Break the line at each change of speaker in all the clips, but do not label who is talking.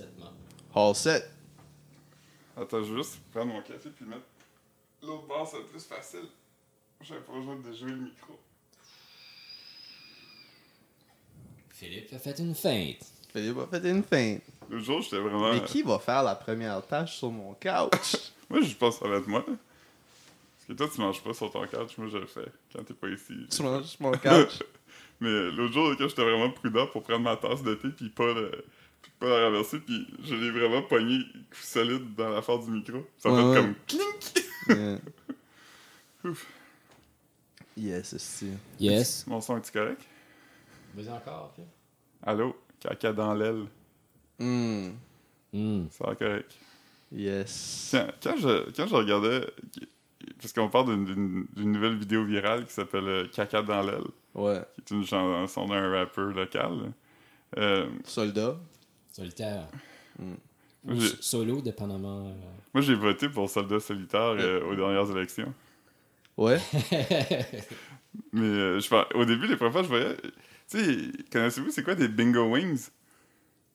Euh,
all set.
Attends, je vais juste prendre mon café puis mettre l'autre bord, c'est plus facile. J'ai pas besoin de jouer le micro.
Philippe a fait une feinte.
Philippe a fait une feinte.
Le jour, j'étais vraiment.
Mais qui va faire la première tâche sur mon couch?
Moi, je pense que ça va être moi. Parce que toi, tu manges pas sur ton couch, moi, je le fais quand t'es pas ici.
tu manges mon couch?
Mais l'autre jour, quand j'étais vraiment prudent pour prendre ma tasse de thé puis pas, le- puis pas la renverser, puis je l'ai vraiment pogné coup solide dans la l'affaire du micro. Ça
Ouais,
fait
ouais.
comme clink!
Yeah. Yes, c'est
Yes.
Mon son, est-tu correct?
Vas-y encore, Phil.
Allô? Caca dans l'aile.
Mm.
Hmm.
Ça va correct.
Yes.
Quand, quand je, quand je regardais. Parce qu'on parle d'une- d'une d'une nouvelle vidéo virale qui s'appelle euh, Caca dans l'aile,
Ouais.
qui est une chanson d'un rappeur local. Euh,
Soldat.
Solitaire. Ou
j'ai-
s- Solo, dépendamment. euh.
moi, j'ai voté pour Soldat solitaire euh, aux dernières élections.
Ouais.
Mais euh, je par- au début, les premières fois, je voyais. Tu sais, connaissez-vous, c'est quoi des bingo wings?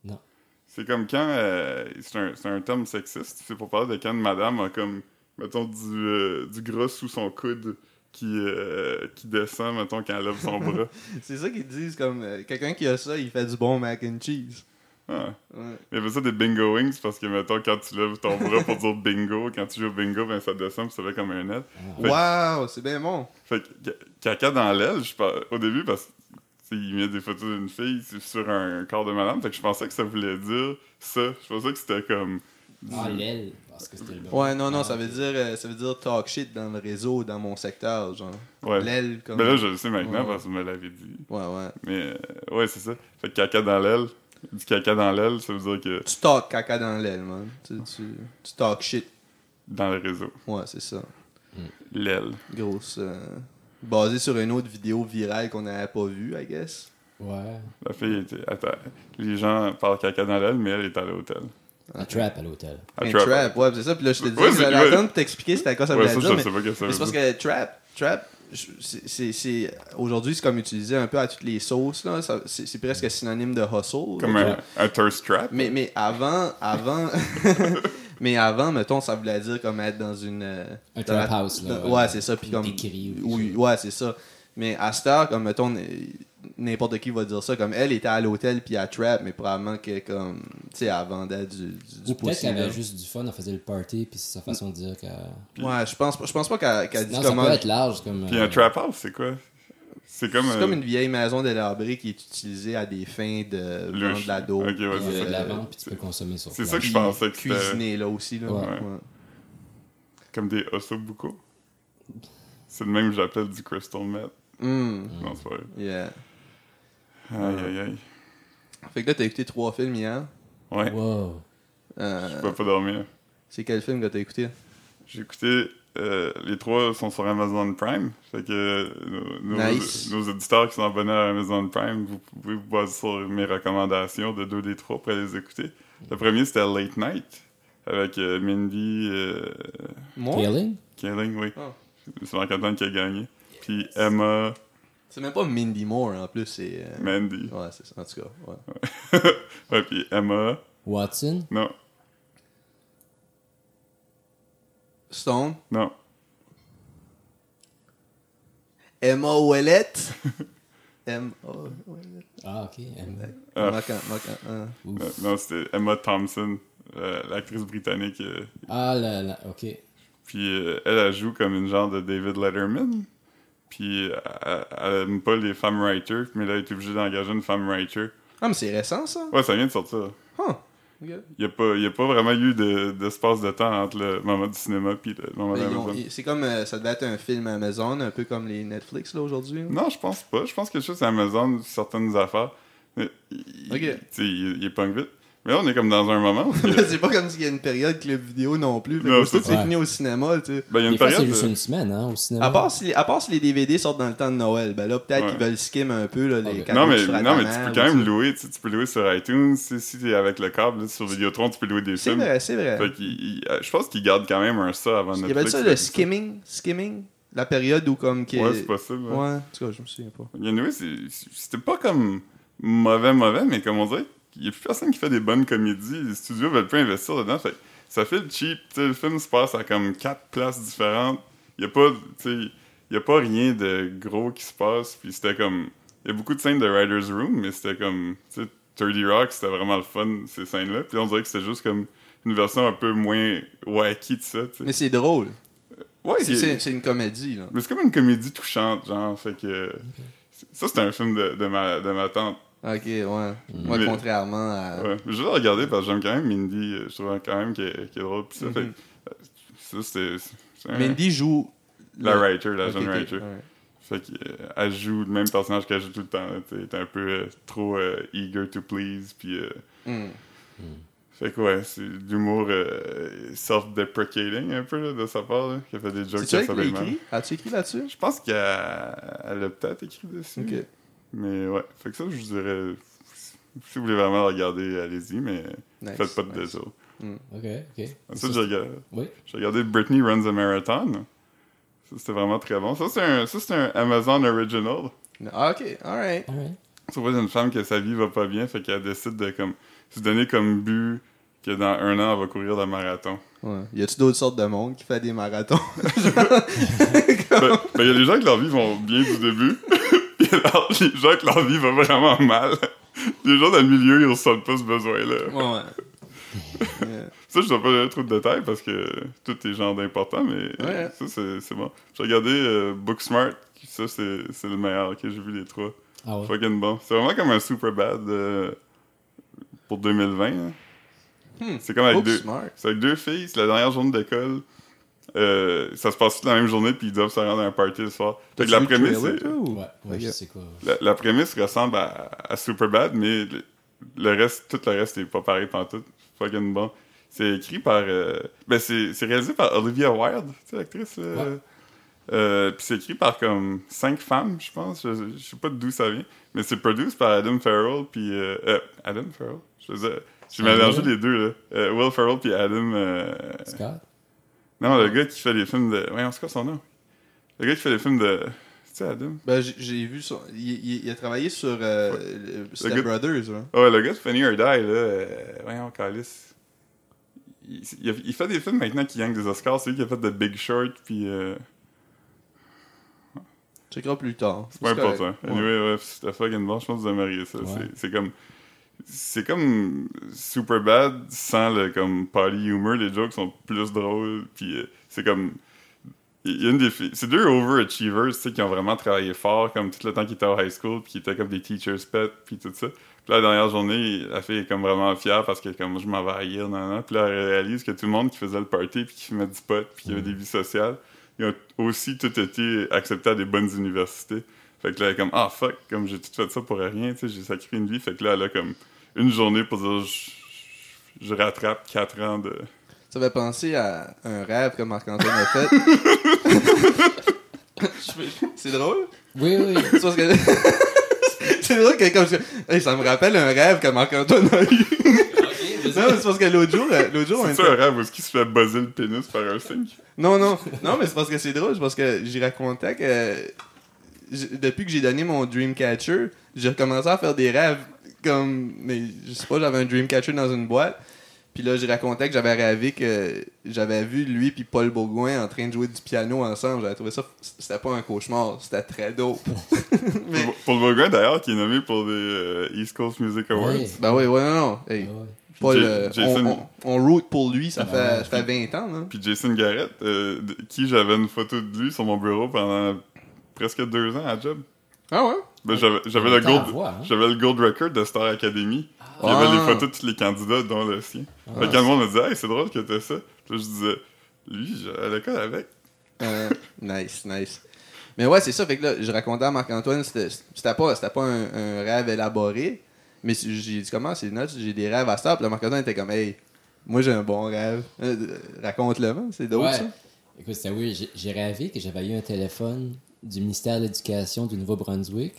Non.
C'est comme quand. euh, c'est un, c'est un terme sexiste. C'est pour parler de quand une madame a comme. Mettons, du, euh, du gras sous son coude qui, euh, qui descend, mettons, quand elle lève son bras.
C'est ça qu'ils disent comme euh, quelqu'un qui a ça, il fait du bon mac and cheese.
Ah.
Ouais.
Il y avait ça des bingo wings parce que, mettons, quand tu lèves ton bras pour dire bingo, quand tu joues au bingo, ben ça descend pis ça fait comme un net.
Ah.
Wow, c'est bien bon.
Fait que ca- caca dans l'aile, je par- au début, parce qu'il met des photos d'une fille sur- sur un corps de madame, fait que je pensais que ça voulait dire ça. Je pensais que c'était comme. du-
Ah, l'aile. Parce que c'était le bon.
Ouais, non, non,
Ah,
ça veut
ok.
dire euh, ça veut dire talk shit dans le réseau, dans mon secteur, genre.
ouais.
L'aile comme.
Ben là, je le sais maintenant
Ouais.
parce que vous me l'avez dit.
Ouais, ouais.
Mais euh, ouais, c'est ça. Fait que caca dans l'aile, du caca dans l'aile, ça veut dire que
Tu talk caca dans l'aile, man. Tu, tu, tu talk shit.
dans le réseau.
Ouais, c'est ça.
L'aile.
Grosse. euh, basé sur une autre vidéo virale qu'on n'avait pas vue, I guess.
Ouais.
La fille était. Attends. Les gens parlent caca dans l'aile, mais elle est à l'hôtel.
Un trap à l'hôtel.
À
Un
Ah, Trap.
trap. ouais, c'est ça. Puis là, je te dis,
Ouais,
je
c'est-
vais
ouais.
l'attendre pour t'expliquer c'était à quoi ça
Ouais,
voulait
ça,
dire.
je
mais-
sais pas que ça
Mais c'est
veut
parce
dire.
que trap, trap, je- c'est- c'est c'est- aujourd'hui c'est comme utilisé un peu à toutes les sauces là. Ça- C'est c'est presque synonyme de hustle.
Comme un, un thirst trap.
Mais mais avant, avant, mais avant, mettons, ça voulait dire comme être dans une euh,
Un
dans la-
trap house, là,
dans-
ouais.
ouais, c'est ça. Puis
Une
comme
piquerie ou
oui,
quelque
ouais, c'est ça. Mais à cette heure, comme mettons, euh, n'importe qui va dire ça. Comme elle était à l'hôtel puis à trap, mais probablement que comme tu sais, elle vendait du du, du
Ou peut-être
pussy,
qu'elle avait
là.
juste du fun, elle faisait le party, puis c'est sa façon de dire que.
Ouais, je pense, pas- je pense pas qu'elle qu'elle dit
Non, ça
comment.
peut être large comme.
Puis
euh,
un trap house, c'est quoi C'est comme,
C'est
euh,
comme une vieille maison délabrée qui est utilisée à des fins de
Le
vendre de la
ch-
dope.
ok, ouais,
Ouais,
puis,
c'est de la
euh,
vente, puis tu peux consommer sur
c'est
place.
ça que je pensais que c'était
cuisiner là aussi. Là.
Ouais.
Ouais.
comme des ossobuco. C'est le même que j'appelle du crystal meth.
Hmm,
Non, c'est pas vrai.
yeah.
Aïe aïe aïe.
Fait que là, t'as écouté trois films hier.
Ouais,
Wow.
Euh,
je peux pas dormir.
c'est quel film que t'as écouté
J'ai écouté euh, les trois sont sur Amazon Prime. Fait que euh, nos, nos-
Nice.
nos auditeurs qui sont abonnés à Amazon Prime, vous pouvez vous baser sur mes recommandations de deux des trois pour les écouter. Le premier c'était Late Night avec euh, Mindy euh,
Moi
Peeling?
Kaling, oui.
Ah.
C'est Marc Antoine qui a gagné. Puis Emma
C'est même pas Mindy Moore en plus, c'est. euh,
Mandy.
Ouais, c'est ça, en tout cas. Ouais.
Ouais, puis Emma.
Watson?
Non,
Stone,
non.
Emma Ouellet. Emma Ouellet.
Ah, ok. M.
Ah.
Moquant, moquant, hein.
Ouf.
Non, non, c'était Emma Thompson, euh, l'actrice britannique. euh,
Ah, là, là, ok.
puis euh, elle, elle joue comme une genre de David Letterman. Puis euh, elle, elle aime pas les femmes writers, mais là, elle est obligée d'engager une femme writer.
Ah, mais c'est récent ça.
Ouais, ça vient de sortir.
Huh.
Il n'y a, pas- y a pas vraiment eu de- d'espace de, temps entre le moment du cinéma puis le moment
Mais
de
ils
la
ont-
maison.
ils- C'est comme. euh, ça devait être un film Amazon, un peu comme les Netflix là aujourd'hui. là.
Non, je pense pas. Je pense que juste Amazon, certaines affaires. mais il-
Ok.
Tu sais, il, il est punk vite. Mais là, on est comme dans un moment. où que-
c'est pas comme s'il y a une période club vidéo non plus.
Non,
Fait que
c'est
que c'est
ça.
fini au cinéma, tu sais.
ben, il y a une
Des fois, c'est
période.
juste
euh,
une semaine, hein, au cinéma.
À part, si, à part si les DVD sortent dans le temps de Noël, ben là, peut-être
Ouais.
qu'ils veulent skim un peu là,
Ah,
les
mais-
cadeaux
Non mais,
qui seraient
non,
à
mais tu
la
peux
mère
quand
aussi.
même louer. Tu, sais, tu peux louer sur iTunes. Si, si t'es avec le câble, là, sur Vidéotron, tu peux louer des
C'est
films.
vrai, c'est vrai.
Fait qu'il- il- euh, je pense qu'ils gardent quand même un ça avant
Ils
Netflix.
appellent ça
fait
le
que-
skimming, skimming, la période où comme... qui
Ouais, c'est possible.
Ouais,
Ouais.
en tout cas, je me souviens pas.
Anyway, c'est- c'était pas comme mauvais, mauvais, mais comme on dirait, qu'il- il y a plus personne qui fait des bonnes comédies. Les studios veulent plus investir dedans. Fait que ça fait le cheap. tu sais, le film se passe à comme quatre places différentes. Il y a pas, tu sais, il y a pas rien de gros qui se passe. Puis c'était comme, il y a beaucoup de scènes de Writers Room, mais c'était comme, tu sais, 30 Rock, c'était vraiment le fun ces scènes-là. Puis on dirait que c'était juste comme une version un peu moins wacky de ça. tu sais.
Mais c'est drôle.
Ouais,
C'est-
il-
C'est c'est une comédie, là.
mais c'est comme une comédie touchante, genre, fait que... Ça, c'était un film de, de ma, de ma tante.
Ok, ouais. Moi,
Mais-
contrairement à.
Ouais. Mais Je l'ai regardé parce que j'aime quand même Mindy. euh, Je trouve quand même qu'elle qu'elle est drôle. Pis ça, fait que, euh, ça c'était... c'est un-
Mhm. Mindy joue.
La
le-
writer, la
Ok,
jeune
ok,
writer.
ouais.
Fait qu'elle joue le même personnage qu'elle joue tout le temps. là, t'sais, Elle est un peu euh, trop euh, eager to please, puis... euh,
Hmm.
Fait que ouais, c'est de l'humour euh, self-deprecating un peu là, de sa part, là, qui a fait des jokes
C'est toi qui l'as
s'appelle mal.
écrit As-tu écrit là-dessus
Je pense qu'elle elle a peut-être écrit dessus.
Ok.
Mais ouais, fait que ça, je vous dirais. Si vous voulez vraiment regarder, allez-y, mais
Nice,
faites pas de
nice.
détour.
Ok, ok.
Ensuite, j'ai regardé,
Oui.
j'ai regardé Britney Runs a Marathon. Ça, c'était vraiment très bon. Ça, c'est un, ça, c'est un Amazon Original.
Ah, ok, alright.
Alright.
Ça voit une femme que sa vie va pas bien, fait qu'elle décide de comme, se donner comme but que dans un an, elle va courir le marathon.
Ouais. Y a-tu d'autres sortes de monde qui fait des marathons
ben, il y a des gens que leur vie vont bien du début, pis alors, les gens que leur vie va vraiment mal. Les gens dans le milieu, ils ressentent pas ce besoin-là.
Ouais, ouais. Euh,
Ça, je dois pas donner trop de détails parce que tout est genre d'important, mais euh,
Ouais.
ça, c'est c'est bon. J'ai regardé euh, Booksmart, ça, c'est c'est le meilleur que j'ai vu les trois.
Ah ouais.
Fucking bon. C'est vraiment comme un super bad euh, pour 2020. hein.
Hmm.
C'est comme avec
Oops,
deux,
smart.
c'est avec deux filles, c'est la dernière journée d'école. Euh, ça se passe toute la même journée, puis ils doivent se rendre à un party le soir. Fait que la
T'as-tu vu le
prémisse,
trailer,
c'est-
toi, ou-
Ouais, ouais, je
Ok.
sais quoi.
la, la prémisse ressemble à, à Superbad, mais le, le reste, tout le reste est pas pareil pantoute. Fucking bon. C'est écrit par. euh, ben, c'est c'est réalisé par Olivia Wilde, tu sais, l'actrice. là.
Ouais.
Euh, Puis c'est écrit par comme cinq femmes, je pense. Je, je sais pas d'où ça vient. Mais c'est produit par Adam Farrell, puis. euh, euh, Adam Farrell Je veux dire, J'ai
Adam?
mélangé les deux, là. Euh, Will Farrell, puis Adam. euh,
Scott?
Non, le gars qui fait les films de. Ouais, on sait quoi son nom. Le gars qui fait les films de. Tu sais, Adam.
Ben, j- j'ai vu son. Il, il- il a travaillé sur euh, le- Step
gars-
Brothers, hein. là.
Ah Ouais, le gars de Funny or Die, là, euh, voyons, Calis. Il, il a- il fait des films maintenant qui gagnent des Oscars. C'est lui qui a fait The Big Short, puis. euh,
Checkera plus tard.
c'est pas
correct.
important.
Ouais.
Anyway, ouais, c'était fucking bon. Je pense que vous aimeriez ça.
Ouais.
C'est- C'est comme. C'est comme Superbad sans le comme party humor. Les jokes sont plus drôles, puis euh, c'est comme. Il y a une des filles- C'est deux overachievers, tu sais, qui ont vraiment travaillé fort, comme tout le temps qu'ils étaient au high school, puis qui étaient comme des teachers pet, puis tout ça. Puis là, la dernière journée, la fille est comme vraiment fière parce que comme je m'en vais ailleurs, nan, nan. Puis là, elle réalise que tout le monde qui faisait le party, puis qui fumait du pot, puis qui avait des vies sociales, ils ont aussi tout été acceptés à des bonnes universités. Fait que là, elle est comme, ah fuck, comme j'ai tout fait ça pour rien, tu sais, j'ai sacré une vie. Fait que là, elle a comme une journée pour dire, je, je rattrape quatre ans de.
Ça fait penser à un rêve que Marc-Antoine a fait. Je peux- c'est drôle?
Oui, oui.
C'est parce que- c'est drôle que comme je- Hey, ça me rappelle un rêve que Marc-Antoine a eu. Non, mais c'est parce que l'autre jour, euh, l'autre jour, on
C'est-tu
était-
un rêve où est-ce qu'il se fait buzzer le pénis par un singe?
Non, non, non, mais c'est parce que c'est drôle, c'est parce que j'y racontais que j- depuis que j'ai donné mon Dreamcatcher, j'ai recommencé à faire des rêves comme, mais je sais pas, j'avais un Dreamcatcher dans une boîte, puis là, j'y racontais que j'avais rêvé que j'avais vu lui puis Paul Bourgoin en train de jouer du piano ensemble, j'avais trouvé ça, c'était pas un cauchemar, c'était très dope. Mais-
Pour- Pour le Vaughan, d'ailleurs, qui est nommé pour les euh, East Coast Music Awards.
Oui.
Ben oui, ouais, non, non, hey,
Ah ouais.
Paul,
J-
euh,
Jason-
on, on, on root pour lui, ça,
Ah
fait,
ouais.
ça fait 20 ans, là.
Puis Jason Garrett, euh, de- qui j'avais une photo de lui sur mon bureau pendant presque deux ans à job.
Ah ouais?
Ben, j'avais j'avais le
T'as la
gold,
voix, hein?
j'avais le gold record de Star Academy. Il y avait
Ah.
les photos de tous les candidats, dont le sien. Fait que quand le monde me disait, hey, c'est drôle que t'as ça. Puis là, je disais, lui, j'allais à l'école avec.
Euh, nice, nice. Mais ouais, c'est ça. Fait que là, je racontais à Marc-Antoine, c'était c'était pas, c'était pas un, un rêve élaboré. Mais si- j'ai dit, comment c'est nuts, j'ai des rêves à ça. Puis là, Marc-Antoine était comme, hey, moi j'ai un bon rêve. Euh, euh, Raconte-le, hein, c'est d'autres,
Ouais.
ça.
Écoute, c'était oui. J'ai- J'ai rêvé que j'avais eu un téléphone du ministère de l'Éducation du Nouveau-Brunswick.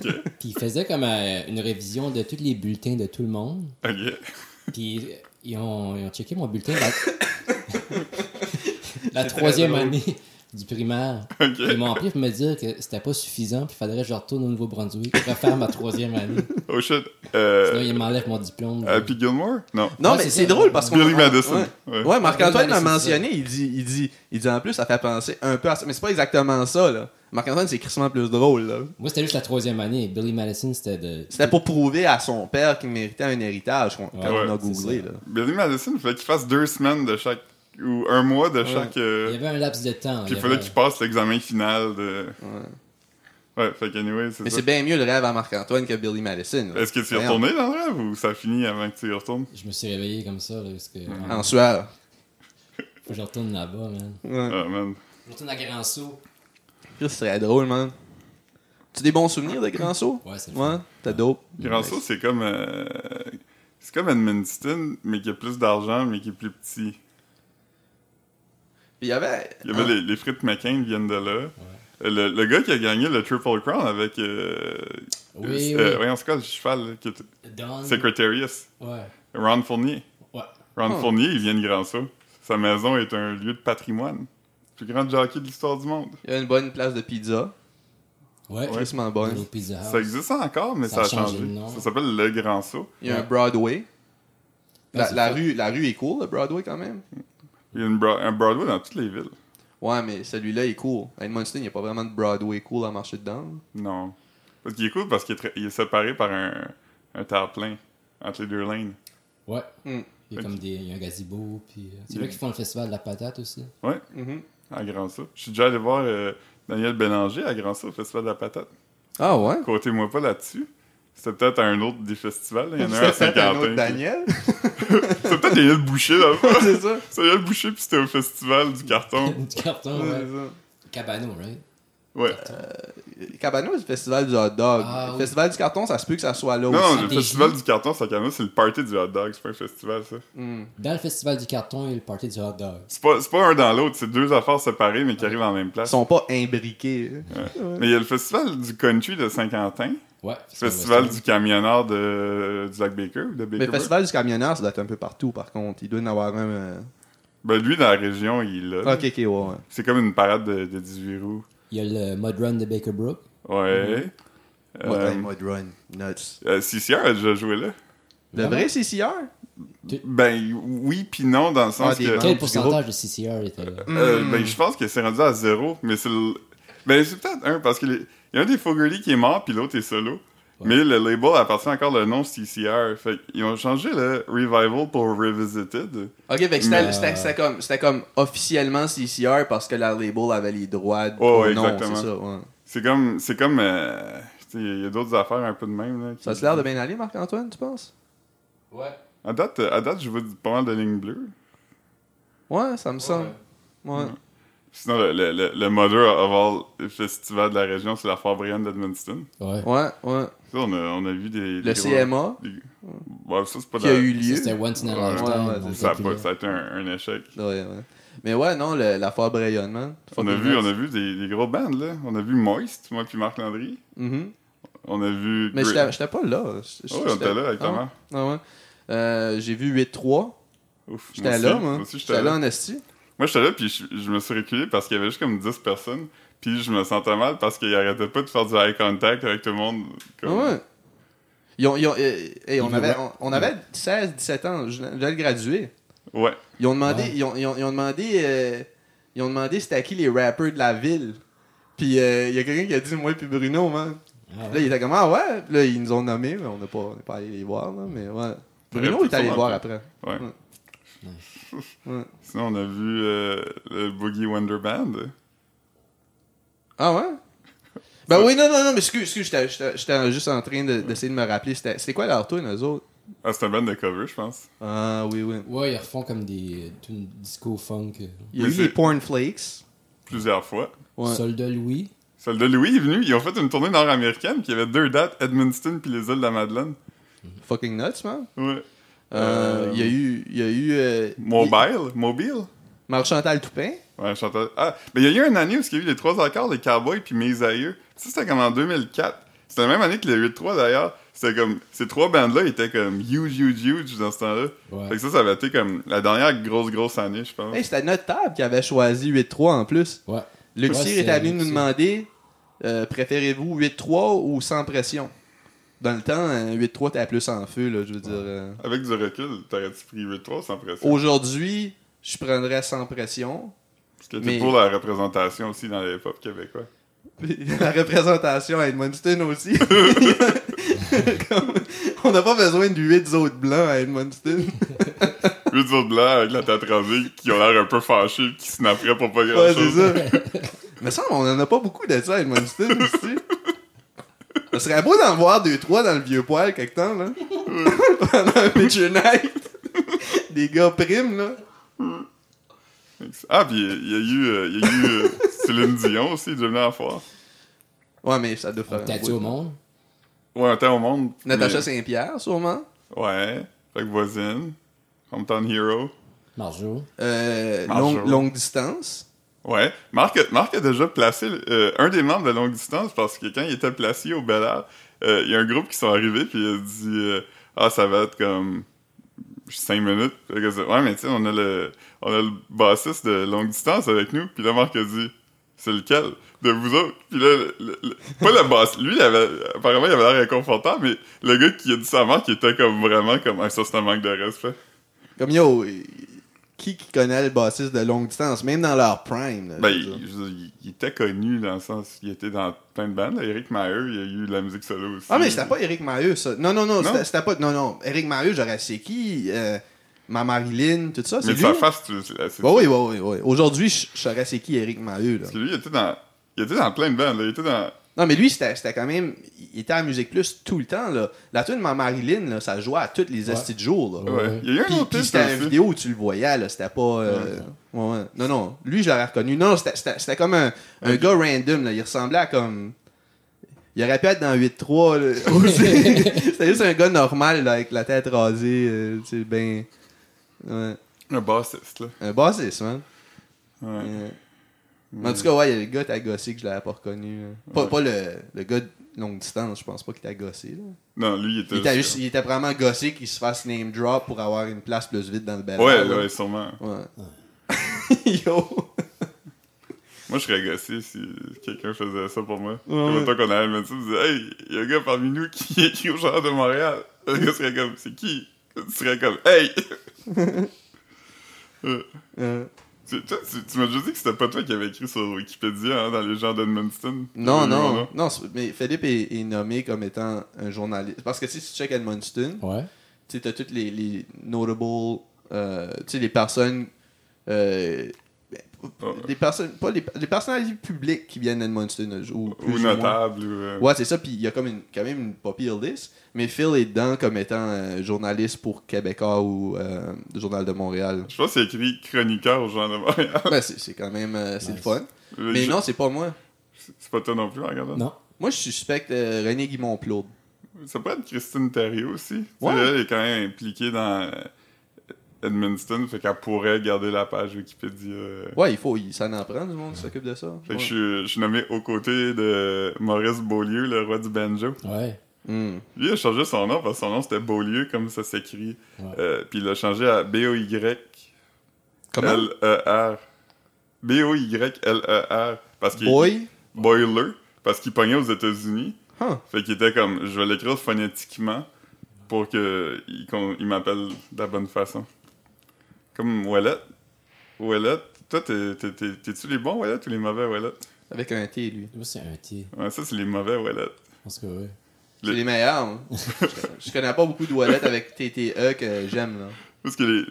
Puis il faisait comme euh, une révision de tous les bulletins de tout le monde.
Ok.
Puis euh, ils ont, ils ont checké mon bulletin la, la
C'est très
troisième
drôle.
année du primaire.
Ok.
Ils m'ont appelé pour me dire que c'était pas suffisant, puis il faudrait que je retourne au Nouveau-Brunswick, refaire ma troisième année.
Oh shit.
Sinon,
Euh,
ils m'enlèvent mon diplôme.
Euh,
Happy Gilmore? Non.
Non,
Ouais,
mais
c'est
c'est
ça.
drôle parce qu'on.
Billy
on-
Madison.
Ouais,
Ouais.
Ouais, Marc-Antoine
Billy
l'a
Madison,
mentionné.
c'est
Il dit, il, dit, il dit en plus, ça fait penser un peu à ça. Mais c'est pas exactement ça, là. Marc-Antoine, c'est crissement plus drôle, là.
Moi, c'était juste la troisième année. Billy Madison, c'était de.
C'était pour prouver à son père qu'il méritait un héritage qu'on- quand
Ouais,
on a
ouais,
googlé,
c'est
là.
Billy Madison, il fallait qu'il fasse deux semaines de chaque. ou un mois de chaque. euh,
Il y avait un laps de temps.
Puis il
y
fallait
avait-
qu'il passe l'examen final de.
Ouais.
Ouais, fait qu'anyway, c'est
Mais
ça.
c'est bien mieux le rêve à Marc-Antoine que Billy Madison. là.
Est-ce que tu y es
Voyons.
retourné dans le rêve ou ça finit avant que tu y retournes?
Je me suis réveillé comme ça, là, parce que.
En sueur.
Faut que je retourne là-bas, man.
Ouais.
Ah, man.
Je retourne à Grand Sault.
Chris, ce serait drôle, man. Tu as des bons souvenirs de Grand Saut?
Ouais, c'est le
Ouais, t'as dope.
Grand Sault, c'est comme. euh, C'est comme Edmundston, mais qui a plus d'argent, mais qui est plus petit.
Il y avait.
Il y avait les, les frites McCain viennent de là. Le, le gars qui a gagné le Triple Crown avec. Euh,
Oui, Ah.
euh,
oui.
Voyons, c'est quoi le cheval? là, qui est-
Don.
Secretarius.
Ouais.
Ron Fournier.
Ouais.
Ron
Oh.
Fournier, il vient de Grand Sault. Sa maison est un lieu de patrimoine. Plus grand jockey de l'histoire du monde.
Il y a une bonne place de pizza.
Ouais.
Crissement
Au
bonne.
Pizza House.
Ça existe encore, mais
Ah Ça a
ça, a changé.
changé de nom.
Ça s'appelle Le Grand Saut.
Il y a un
Ouais.
Broadway. La,
Ah, c'est
la
ça.
rue, la rue est cool, le Broadway, quand même.
Il y a une Bro- un Broadway dans toutes les villes.
Ouais, mais celui-là est cool. À Edmundston, il n'y a pas vraiment de Broadway cool à marcher dedans.
Non. Parce qu'il est cool parce qu'il est, très- il est séparé par un, un terre-plein entre les deux lanes.
Ouais.
Mm.
Il y a comme des. Il y a un gazebo, puis. euh, C'est
Il-
là qu'ils font le festival de la patate aussi.
Ouais,
Mhm.
à Grand Saut. Je suis déjà allé voir euh, Daniel Bélanger à Grand Saut au Festival de la Patate.
Ah ouais?
Côté-moi pas là-dessus. C'était peut-être un autre des festivals. là. Il y en a un à
C'était peut-être un autre
Saint-Quentin.
Daniel.
C'était peut-être Daniel Boucher là-bas.
c'est ça.
C'est Daniel Boucher, puis c'était au Festival du Carton.
du carton, Ah, ouais. Cabano, right?
Ouais.
Euh, C'est ça. Cabano, c'est le festival du hot dog.
Ah,
le
oui.
festival du carton, ça se peut que ça soit là
Non,
aussi.
non, le
stratégie.
Festival du Carton, Sakano, c'est le party du hot dog. C'est pas un festival, ça.
Hmm.
Dans le festival du carton, il y a le party du hot dog.
C'est pas, c'est pas un dans l'autre, c'est deux affaires séparées mais qui arrivent en même
Ils
place.
sont pas imbriqués. hein.
Mais il y a le festival du country de Saint-Quentin,
Ouais.
le festival du camionneur de du Lac Baker ou de
Mais
Baker.
le festival du camionneur, ça doit être un peu partout, par contre. Il doit y en avoir un. euh,
Ben lui dans la région, il l'a.
Ok, ok, ouais. ouais.
C'est comme une parade de, de 18 roues.
Il y a le Mud Run de Baker Brook.
Mhm.
Ouais. Euh,
Moi, hey, moi, Drone, nuts.
euh, CCR a déjà joué là.
Le
Vraiment?
vrai CCR?
Ben oui puis non dans le sens
Ah, des Mhm.
que
ventes.
Quel pourcentage de CCR était là?
Euh, ben je pense que c'est rendu à zéro, mais c'est le- ben c'est peut-être un parce que les- il y a un des Fogarty qui est mort puis l'autre est solo.
Ouais.
Mais le label appartient encore le nom CCR. Fait qu'ils ont changé le Revival pour Revisited.
Ok, fait que c'était
Mais-
c'était- c'était comme, c'était comme officiellement CCR parce que la label avait les droits de
Oh,
au
ouais,
nom,
exactement.
c'est ça. ouais.
C'est comme. C'est comme. euh, tu sais, Il y a d'autres affaires un peu de même. Là, qui-
Ça a l'air de bien aller, Marc-Antoine, tu penses?
Ouais.
À date, euh, à date, je vois du- pas mal de lignes bleues.
Ouais, ça me semble. Ouais.
Sinon, le, le, le, le Mother of All Festival de la région, c'est la foire Brienne d'Edmundston.
Ouais.
Ouais, ouais.
Ça, on a, on a vu des.
Le
des-
CMA
des- Ouais, ça, c'est pas de
qui a
la-
eu
Ça,
lieu.
C'était Once in
Ouais,
a
ouais,
Lifetime. on
c'est
Ça a,
était
pas-
plus
ça
là.
a été un, un échec.
Ouais, ouais. Mais ouais, non, le- l'affaire Brayon, man.
On a,
Fucking
vu,
nuts.
on a vu des, des gros bands, là. On a vu Moist, moi puis Marc Landry.
Mhm.
On a vu.
Mais
Gra-
j'étais j'étais pas là. J-
Oh,
j'étais-
on était là avec ta
Ah ouais?
mère.
Ah ouais. Euh, J'ai vu 8-3.
Ouf, moi
J'étais
aussi,
là,
moi
moi.
aussi,
J'étais là en esti.
Moi, j'étais là, puis je, je me suis reculé parce qu'il y avait juste comme 10 personnes. Puis je me sentais mal parce qu'il arrêtait pas de faire du eye contact avec tout le monde.
Ah
Comme...
ouais. Ils ont, ils ont- euh, hey, on,
Ils
avait,
voulaient-
on, on avait 16-17 ans. Je- J'allais graduer.
Ouais.
Ils ont demandé,
Ouais.
ils ont, ils ont- ils ont demandé, euh, ils ont demandé c'était à qui les rappers de la ville. Puis euh, il y a quelqu'un qui a dit moi puis Bruno, man.
Ah
Là,
ouais.
il était comme ah ouais. Puis Là, ils nous ont nommés, mais on n'est pas, on n'est pas allé les voir, là, mais ouais. Bruno
Ouais,
est allé
sûrement
voir
pas.
après.
Ouais.
Ouais. Ouais.
Sinon, on a vu euh, le Boogie Wonder Band.
Ah ouais? Ben oui, non, non, non, mais excuse, excuse, j'étais- j'étais j'étais juste en train de- d'essayer de, me rappeler. C'était c'était quoi leur tune, eux autres?
Ah, c'est un band de cover, je pense.
Ah oui, oui.
Ouais, ils refont comme des tout une disco funk. euh,
Il y a eu
Mais c'est-
les Porn Flakes.
Plusieurs fois.
Ouais.
Soldat Louis.
Celle de Louis est venue. Ils ont fait une tournée nord-américaine. Puis il y avait deux dates, Edmundston puis les îles de la Madeleine.
Fucking nuts, man.
Ouais.
Euh,
Euh,
Il y a eu. Il y a eu. euh,
Mobile. Mobile.
il- Marie-Chantal Toupin.
Ouais, chanteur. Ah, mais il y a eu une année où il y a eu les trois accords, les Cowboys puis mes aïeux. Ça, c'était comme en 2004. C'était la même année que les 8-3 d'ailleurs. C'était comme. Ces trois bandes-là étaient comme huge, huge, huge dans ce temps-là.
Ouais.
Fait que ça, ça avait été comme la dernière grosse, grosse année, je pense.
Hey, c'était notre table qui avait choisi 8-3 en plus.
Ouais.
Luxir
Ouais,
était
c'est
venu nous
Luxir.
demander euh, préférez-vous 8-3 ou sans pression Dans le temps, hein, 8-3, t'as plus en feu, là, je veux dire. euh.
Avec du recul, t'aurais-tu pris 8-3 sans pression?
Oh, Aujourd'hui, je prendrais sans pression.
Parce que t'es
mais-
pour la représentation aussi dans les pop québécois.
Puis, la représentation à Edmundston aussi. Comme, on n'a pas besoin de 8 autres blancs à Edmundston.
8 autres blancs avec la tête rasée qui ont l'air un peu fâchés qui se n'apparaît pour pas
Ouais,
grand-chose.
c'est ça. Mais ça, on en a pas beaucoup de ça à Edmundston aussi. Ce serait beau d'en voir 2-3 dans le vieux poil quelque temps, là. Pendant un pitch night. Des gars primes, là.
Ah, puis il y a eu, euh, il y a eu euh, Céline Dion aussi, du venu à la foire.
Ouais, mais ça doit faire. un
T'as-tu
bout.
au monde?
Ouais, un temps au monde.
Natacha
mais-
Saint-Pierre, sûrement.
Ouais, fait que voisine. Hometown Hero.
Marjo.
Euh,
Marjo.
longue- longue distance.
Ouais. Marc, a- Marc a déjà placé euh, un des membres de longue distance parce que quand il était placé au Bel Air, euh, il y a un groupe qui sont arrivés puis il a dit euh, Ah, ça va être comme 5 minutes. Fait que c'est- ouais, mais tu sais, on a le on a le bassiste de longue distance avec nous. Puis là, Marc a dit C'est lequel De vous autres. Puis là, le- le- le- pas le bassiste. Lui, il avait, apparemment, il avait l'air inconfortable, mais le gars qui a dit ça à Marc, il était comme vraiment comme Ah, ça, c'est un manque de respect.
Comme yo, qui qui connaît le bassiste de longue distance, même dans leur prime. là,
Ben,
je veux dire.
il, je veux dire, il- il était connu dans le sens, il était dans plein de bandes. là. Eric Maher, il a eu de la musique solo aussi.
ah, mais c'était pas Eric Maheu, ça. Non, non, non,
Non?
c'était- c'était pas. Non, non. Eric Maheu, j'aurais c'est qui euh, Ma Marilyn, tout ça. C'est
Mais
lui.
sa face, tu- c'est c'est-
Ouais, oui, oui, oui. oui. Aujourd'hui, je je saurais c'est qui Eric Maheu, là.
Parce que lui, il était dans, il était dans plein de bandes. là. Il était dans.
Non, mais lui, c'était c'était quand même. Il était à Musique Plus tout le temps, là. La tune Ma Marilyn, là, ça jouait à toutes les
Ouais.
hosties de jour, là.
Ouais.
Ouais.
Il y a eu
Puis,
un autre
puis
piste
c'était une
aussi.
vidéo où tu le voyais, là. C'était pas. euh, ouais, ouais. Non, non. Lui, je l'aurais reconnu. Non, c'était- c'était c'était comme un, un gars random, là. Il ressemblait à comme. Il aurait pu être dans 8-3, là, aussi. c'était juste un gars normal, là, avec la tête rasée, euh, tu sais, ben. Ouais.
Un bassiste, là.
Un bassiste, man.
Ouais.
Ouais. Mais En tout cas, ouais, il y a le gars t'a gossé que je l'avais pas reconnu. là. Pas,
Ouais.
pas le, le gars de longue distance, je pense pas qu'il t'a gossé, là.
Non, lui, il était.
Il était, juste- il était vraiment gossé qu'il se fasse name drop pour avoir une place plus vite dans le bel
Ouais,
air,
ouais,
là.
sûrement.
Ouais. Yo!
Moi, je serais gossé si quelqu'un faisait ça pour moi.
Ouais, ouais.
Comme toi qu'on allait à la médecine, tu disais, hey, il y a un gars parmi nous qui est au genre de Montréal. Le gars serait comme, c'est qui Tu serais comme, hey Euh,
Euh,
Tu, toi, tu, tu m'as déjà dit que c'était pas toi qui avais écrit sur Wikipédia hein, dans les gens d'Edmundston.
non,
Le
non,
numéro,
non, c'est- mais Philippe est, est nommé comme étant un journaliste. Parce que si tu check Edmundston,
Ouais.
tu sais, t'as toutes les, les notable, euh, tu sais, les personnes, euh,
Oh.
des personnes, pas les, les personnalités publiques qui viennent d'Edmundston ou, plus
Ou
ou moins.
notable. Ou, euh,
Ouais, c'est ça, puis il y a comme une, quand même une pas pire liste, mais Phil est dedans comme étant euh, journaliste pour Québécois ou euh, Journal de Montréal.
Je pense qu'il a écrit chroniqueur aux gens de Montréal.
Ben, c'est c'est quand même, euh, c'est le
Nice.
fun. Mais
Je-
non, c'est pas moi.
C'est pas toi non plus, regarde.
Non.
Moi, je suspecte euh, René Guimond-Plaude.
Ça peut être Christine Thériault aussi. Tu sais,
Ouais.
Elle est quand même impliquée dans euh, Edmundston, fait qu'elle pourrait garder la page Wikipédia. euh.
Ouais, il faut, il, ça en prend du monde qui s'occupe de ça.
Fait que
Ouais.
je, suis, je suis nommé aux côtés de Maurice Beaulieu, le roi du banjo.
Ouais.
Hmm.
Lui, il a changé son nom parce que son nom c'était Beaulieu, comme ça s'écrit.
Ouais.
Euh, puis il l'a changé à B-O-Y-L-E-R.
Comment?
E B-O-Y-L-E-R. E Parce qu'il.
Boy?
Boiler. Parce qu'il pognait aux États-Unis.
Huh.
Fait qu'il était comme, je vais l'écrire phonétiquement pour que il, qu'on- il m'appelle de la bonne façon. Comme Wallet. Wallet. Toi, t'es- t'es- t'es- t'es-tu les bons Wallet ou les mauvais Wallet?
Avec un T, lui.
Moi, c'est un T.
Ouais, ça, c'est les mauvais Wallet.
Je pense que ouais.
C'est
Le-
les meilleurs. moi. je, je connais pas beaucoup de wallets avec TTE que j'aime, là.
Parce que les,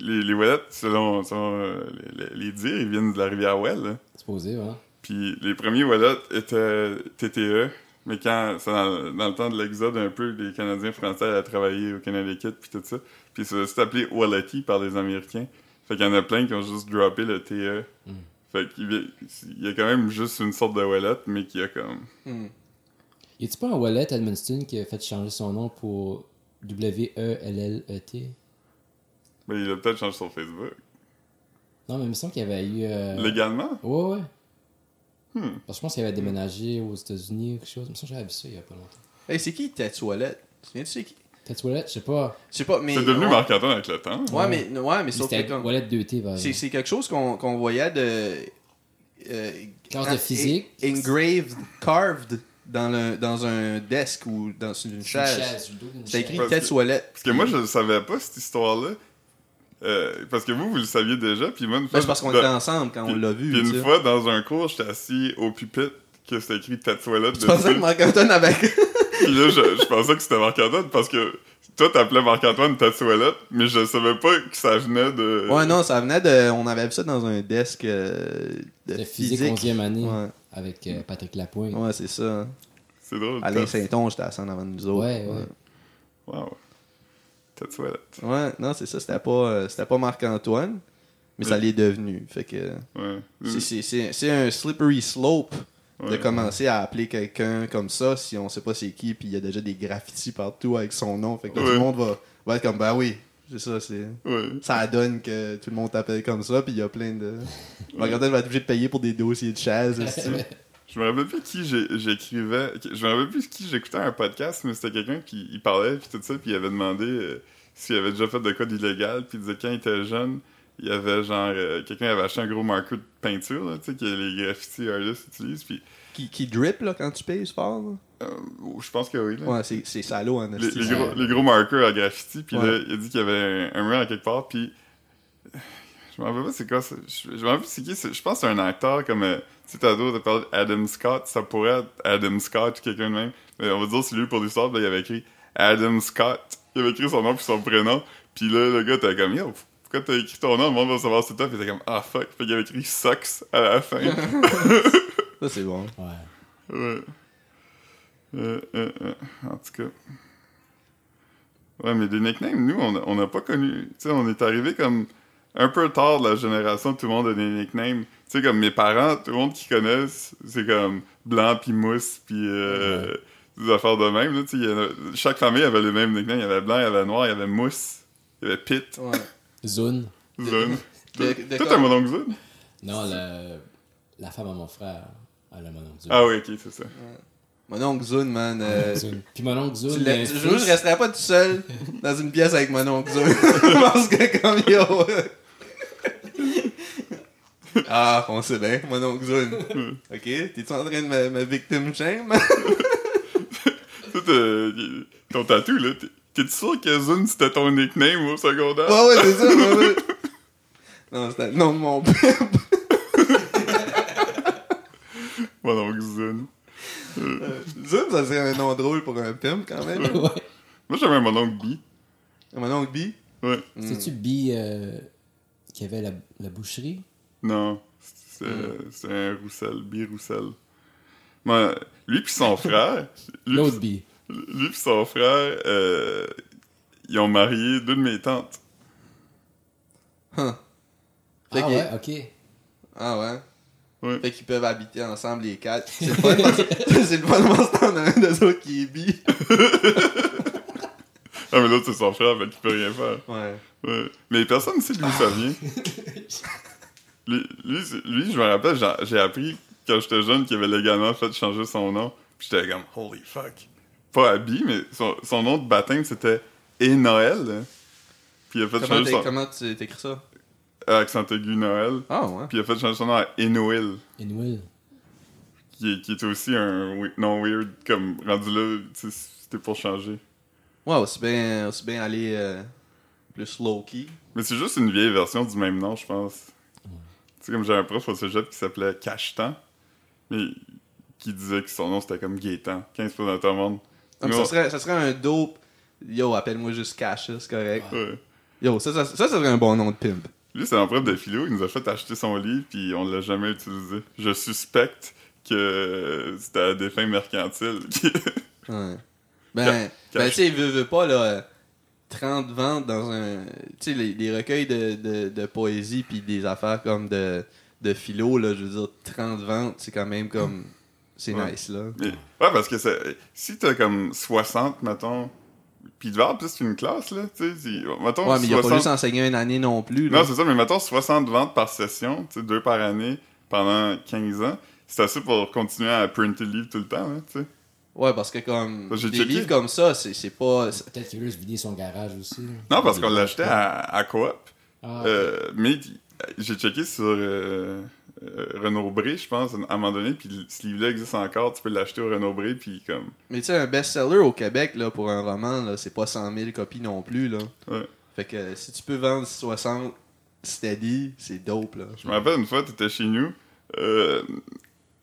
les, les, les Wallets, selon, selon, euh, les, les- les dires, ils viennent de la rivière Well. hein.
Supposé, ouais.
Puis les premiers Wallets étaient TTE. Mais quand, c'est dans, dans le temps de l'Exode un peu, les Canadiens français allaient travailler au Connecticut puis tout ça. Puis ça s'est appelé Walletie par les Américains. Fait qu'il y en a plein qui ont juste droppé le TE.
Mm.
Fait qu'il y a- il y a quand même juste une sorte de Wallet, mais qui a comme...
Hmm.
Y a-tu pas un wallet Edmundston qui a fait changer son nom pour E W-E-L-L-E-T
Ben, il a peut-être changé sur Facebook.
Non, mais il me semble qu'il y avait eu. euh,
Légalement?
Ouais, ouais.
Hmm.
Parce que je pense qu'il avait déménagé aux États-Unis ou quelque chose. Il me semble que j'avais vu ça il y a pas longtemps.
Hey, c'est qui Tête Wallet? Tu viens de c'est qui?
Peut-être wallet, je sais pas.
Je sais pas, mais.
C'est devenu
ouais.
Marc-Antoine avec le temps.
Ouais, mais, ouais, mais
Mais
sauf que
C'était euh?
comme.
wallet 2T, par
C'est
exemple.
c'est quelque chose qu'on qu'on voyait de. euh,
Classe de
en-
physique.
en- engraved, carved dans, le, dans un desk ou dans une
Sur une
chaise.
chaise, sur le dos d'une
C'était écrit
Parce
chaise.
que-
Tête Ouellette.
Parce que moi, je savais pas cette histoire-là. Euh, parce que vous, vous le saviez déjà. Puis moi, une fois.
Ben, c'est parce qu'on
dans-
était ensemble quand on
puis-
l'a vu.
puis
tu sais.
une fois, dans un cours, j'étais assis au pupitre que c'était écrit Tatouelette
Je pensais que Marc-Antoine avait.
Puis là, je, je pensais que c'était Marc-Antoine parce que toi, t'appelais Marc-Antoine Tatouelette, mais je savais pas que ça venait de.
Ouais, non, ça venait de. On avait vu ça dans un desk euh, de,
de physique
physique.
11e année
Ouais,
avec euh, Patrick Lapointe.
ouais c'est ça.
C'est drôle.
Alain
Tat-
Saint-On, j'étais assis en avant de nous autres.
Ouais, ouais.
Wow. Tatouelette.
ouais. Ouais, non, c'est ça. C'était pas, euh, c'était pas Marc-Antoine, mais ça
Ouais.
l'est devenu. Fait que.
Ouais.
c'est- c'est- C'est c'est un slippery slope de
Ouais.
commencer à appeler quelqu'un comme ça si on sait pas c'est qui, puis il y a déjà des graffitis partout avec son nom. Fait que là, tout
Ouais.
le monde va, va être comme, bah oui, c'est ça, c'est.
Ouais.
Ça donne que tout le monde t'appelle comme ça, puis il y a plein de. Marc-Antoine va être obligé de payer pour des dossiers de chaise. aussi.
Je me rappelle plus qui j'ai- j'écrivais. Je me rappelle plus qui j'écoutais un podcast, mais c'était quelqu'un qui il parlait, puis tout ça, puis il avait demandé euh, s'il avait déjà fait de quoi d'illégal, puis il disait que quand il était jeune, il y avait genre. euh, quelqu'un avait acheté un gros marqueur de peinture, là, tu sais, que les graffiti artists utilisent, puis.
qui, qui drip là, quand tu pèses fort. là.
euh, je pense que oui, là.
Ouais, c'est c'est salaud en
les,
esti.
les
ça.
gros, les gros marqueurs à graffiti, puis
Ouais.
là, il a dit qu'il y avait un, un mur à quelque part, puis. Je m'en rappelle pas c'est quoi, ça. je, je m'en rappelle plus c'est qui, c'est- je pense que c'est un acteur comme, euh, tu sais, t'as d'autres, t'as parlé d'Adam Scott, ça pourrait être Adam Scott ou quelqu'un de même, mais on va dire c'est lui pour l'histoire, puis là, il avait écrit Adam Scott, il avait écrit son nom puis son prénom, puis là, le gars était comme, yo, pourquoi t'as écrit ton nom, le monde va savoir c'est toi, puis il était comme, ah fuck, puis il avait écrit Sucks à la fin.
Ça, c'est bon.
Ouais.
Ouais. Euh, euh, euh, en tout cas. Ouais, mais les nicknames, nous, on a- on n'a pas connu. Tu sais, on est arrivé comme un peu tard de la génération, tout le monde a des nicknames. Tu sais, comme mes parents, tout le monde qui connaissent, c'est comme Blanc, puis Mousse, puis euh, des affaires de même. Là, tu sais, il y en a- chaque famille avait les mêmes nicknames. Il y avait Blanc, il y avait Noir, il y avait Mousse, il y avait Pit,
Ouais.
Zone.
Zone.
De- de-
Toi, t'as mon oncle Zone?
Non, le- la femme à mon frère. Ah, là, mon oncle Zune.
Ah oui, ok, c'est ça.
Mon oncle Zune, man. euh,
Zune. Puis mon oncle
tu
Zune. il a
l'as-
un
je, je
fils.
resterais pas tout seul dans une pièce avec mon oncle Zune. Parce que comme yo. euh. ah, on sait bien, mon oncle Zune. ok, t'es-tu en train de me, me victim shame?
Toi, t'as- ton tatou, là, t'es- t'es-tu sûr que Zune, c'était ton nickname au secondaire?
ouais, ouais, c'est ça. ouais, ouais. Non, c'était le nom de mon père.
Mon oncle Zune.
Zune, Euh, ça serait un nom drôle pour un pimp quand même.
Ouais.
Moi, j'avais mon oncle Bi.
Mon oncle B.
Ouais.
C'est-tu Bi euh, qui avait la, la boucherie?
Non, c'est c'est un Roussel, Bi Roussel. Moi, lui puis son frère, lui
L'autre Bi.
lui puis son frère, euh, ils ont marié deux de mes tantes.
Huh. Fait
Ah
qu'il-
ouais, ok.
Ah ouais?
Ouais.
Fait qu'ils peuvent habiter ensemble les quatre. C'est le fun parce que- c'est le fun parce que t'en as un des autres qui est bi.
Ah, mais l'autre, c'est son frère, fait qu'il peut rien faire.
Ouais.
Ouais. Mais personne ne sait d'où ça vient. lui, lui, c'est- lui, je me rappelle, j'en- j'ai appris quand j'étais jeune qu'il avait légalement fait changer son nom. Puis j'étais comme, holy fuck. Pas Abby, mais son, son nom de baptême, c'était Et Noël. hein. Puis il a fait
Comment,
changer
t'es-
son
comment tu t'écris ça?
accent aigu E Noël.
Ah ouais.
Puis il a fait changer son nom à Enoël,
Inuil.
qui, est- qui était aussi un we- nom weird, comme rendu là, tu sais, c'était pour changer.
Ouais, aussi bien, aussi bien aller euh, plus low-key.
Mais c'est juste une vieille version du même nom, je pense. Tu sais, comme j'avais un prof au cégep qui s'appelait Cachetan, mais qui disait que son nom c'était comme Gaétan, 15 dans tout le monde.
Comme
Non.
Ah, ça, serait, ça serait un dope. Yo, appelle-moi juste Cash, c'est correct.
Ouais.
Yo, ça, ça, ça, ça serait un bon nom de pimp.
Lui, c'est un prof de philo, il nous a fait acheter son livre, puis on l'a jamais utilisé. Je suspecte que c'était à des fins mercantiles.
Ouais. Ben,
Ca-
ben
cash.
tu sais, il veut, veut pas, là, 30 ventes dans un... Tu sais, les, les recueils de, de, de poésie puis des affaires comme de, de philo, là, je veux dire, 30 ventes, c'est quand même comme... C'est
Ouais.
nice, là.
Mais- ouais, parce que ça- si t'as comme 60, mettons, puis devant, plus c'est une classe, là, tu sais, si- mettons
Ouais, mais il a pas
60
juste enseigné une année non plus, là.
Non, c'est ça, mais mettons 60 ventes par session, tu sais, deux par année, pendant 15 ans. C'est assez pour continuer à printer le livre tout le temps, hein, tu sais.
Ouais, parce que comme...
J'ai
Des
checké.
livres comme ça, c'est c'est pas... c'est-
Peut-être qu'il veut juste vider son garage aussi.
Non, parce qu'on l'achetait à, à Coop.
Ah,
Euh, mais euh, j'ai checké sur euh, euh, Renaud Bré, je pense, à un moment donné, puis ce livre-là existe encore, tu peux l'acheter au Renaud Bré, puis comme.
Mais tu sais, un best-seller au Québec, là, pour un roman, là, c'est pas 100 000 copies non plus, là.
Ouais.
Fait que euh, si tu peux vendre 60 steady, c'est dope, là.
Je me rappelle une fois, tu étais chez nous, euh,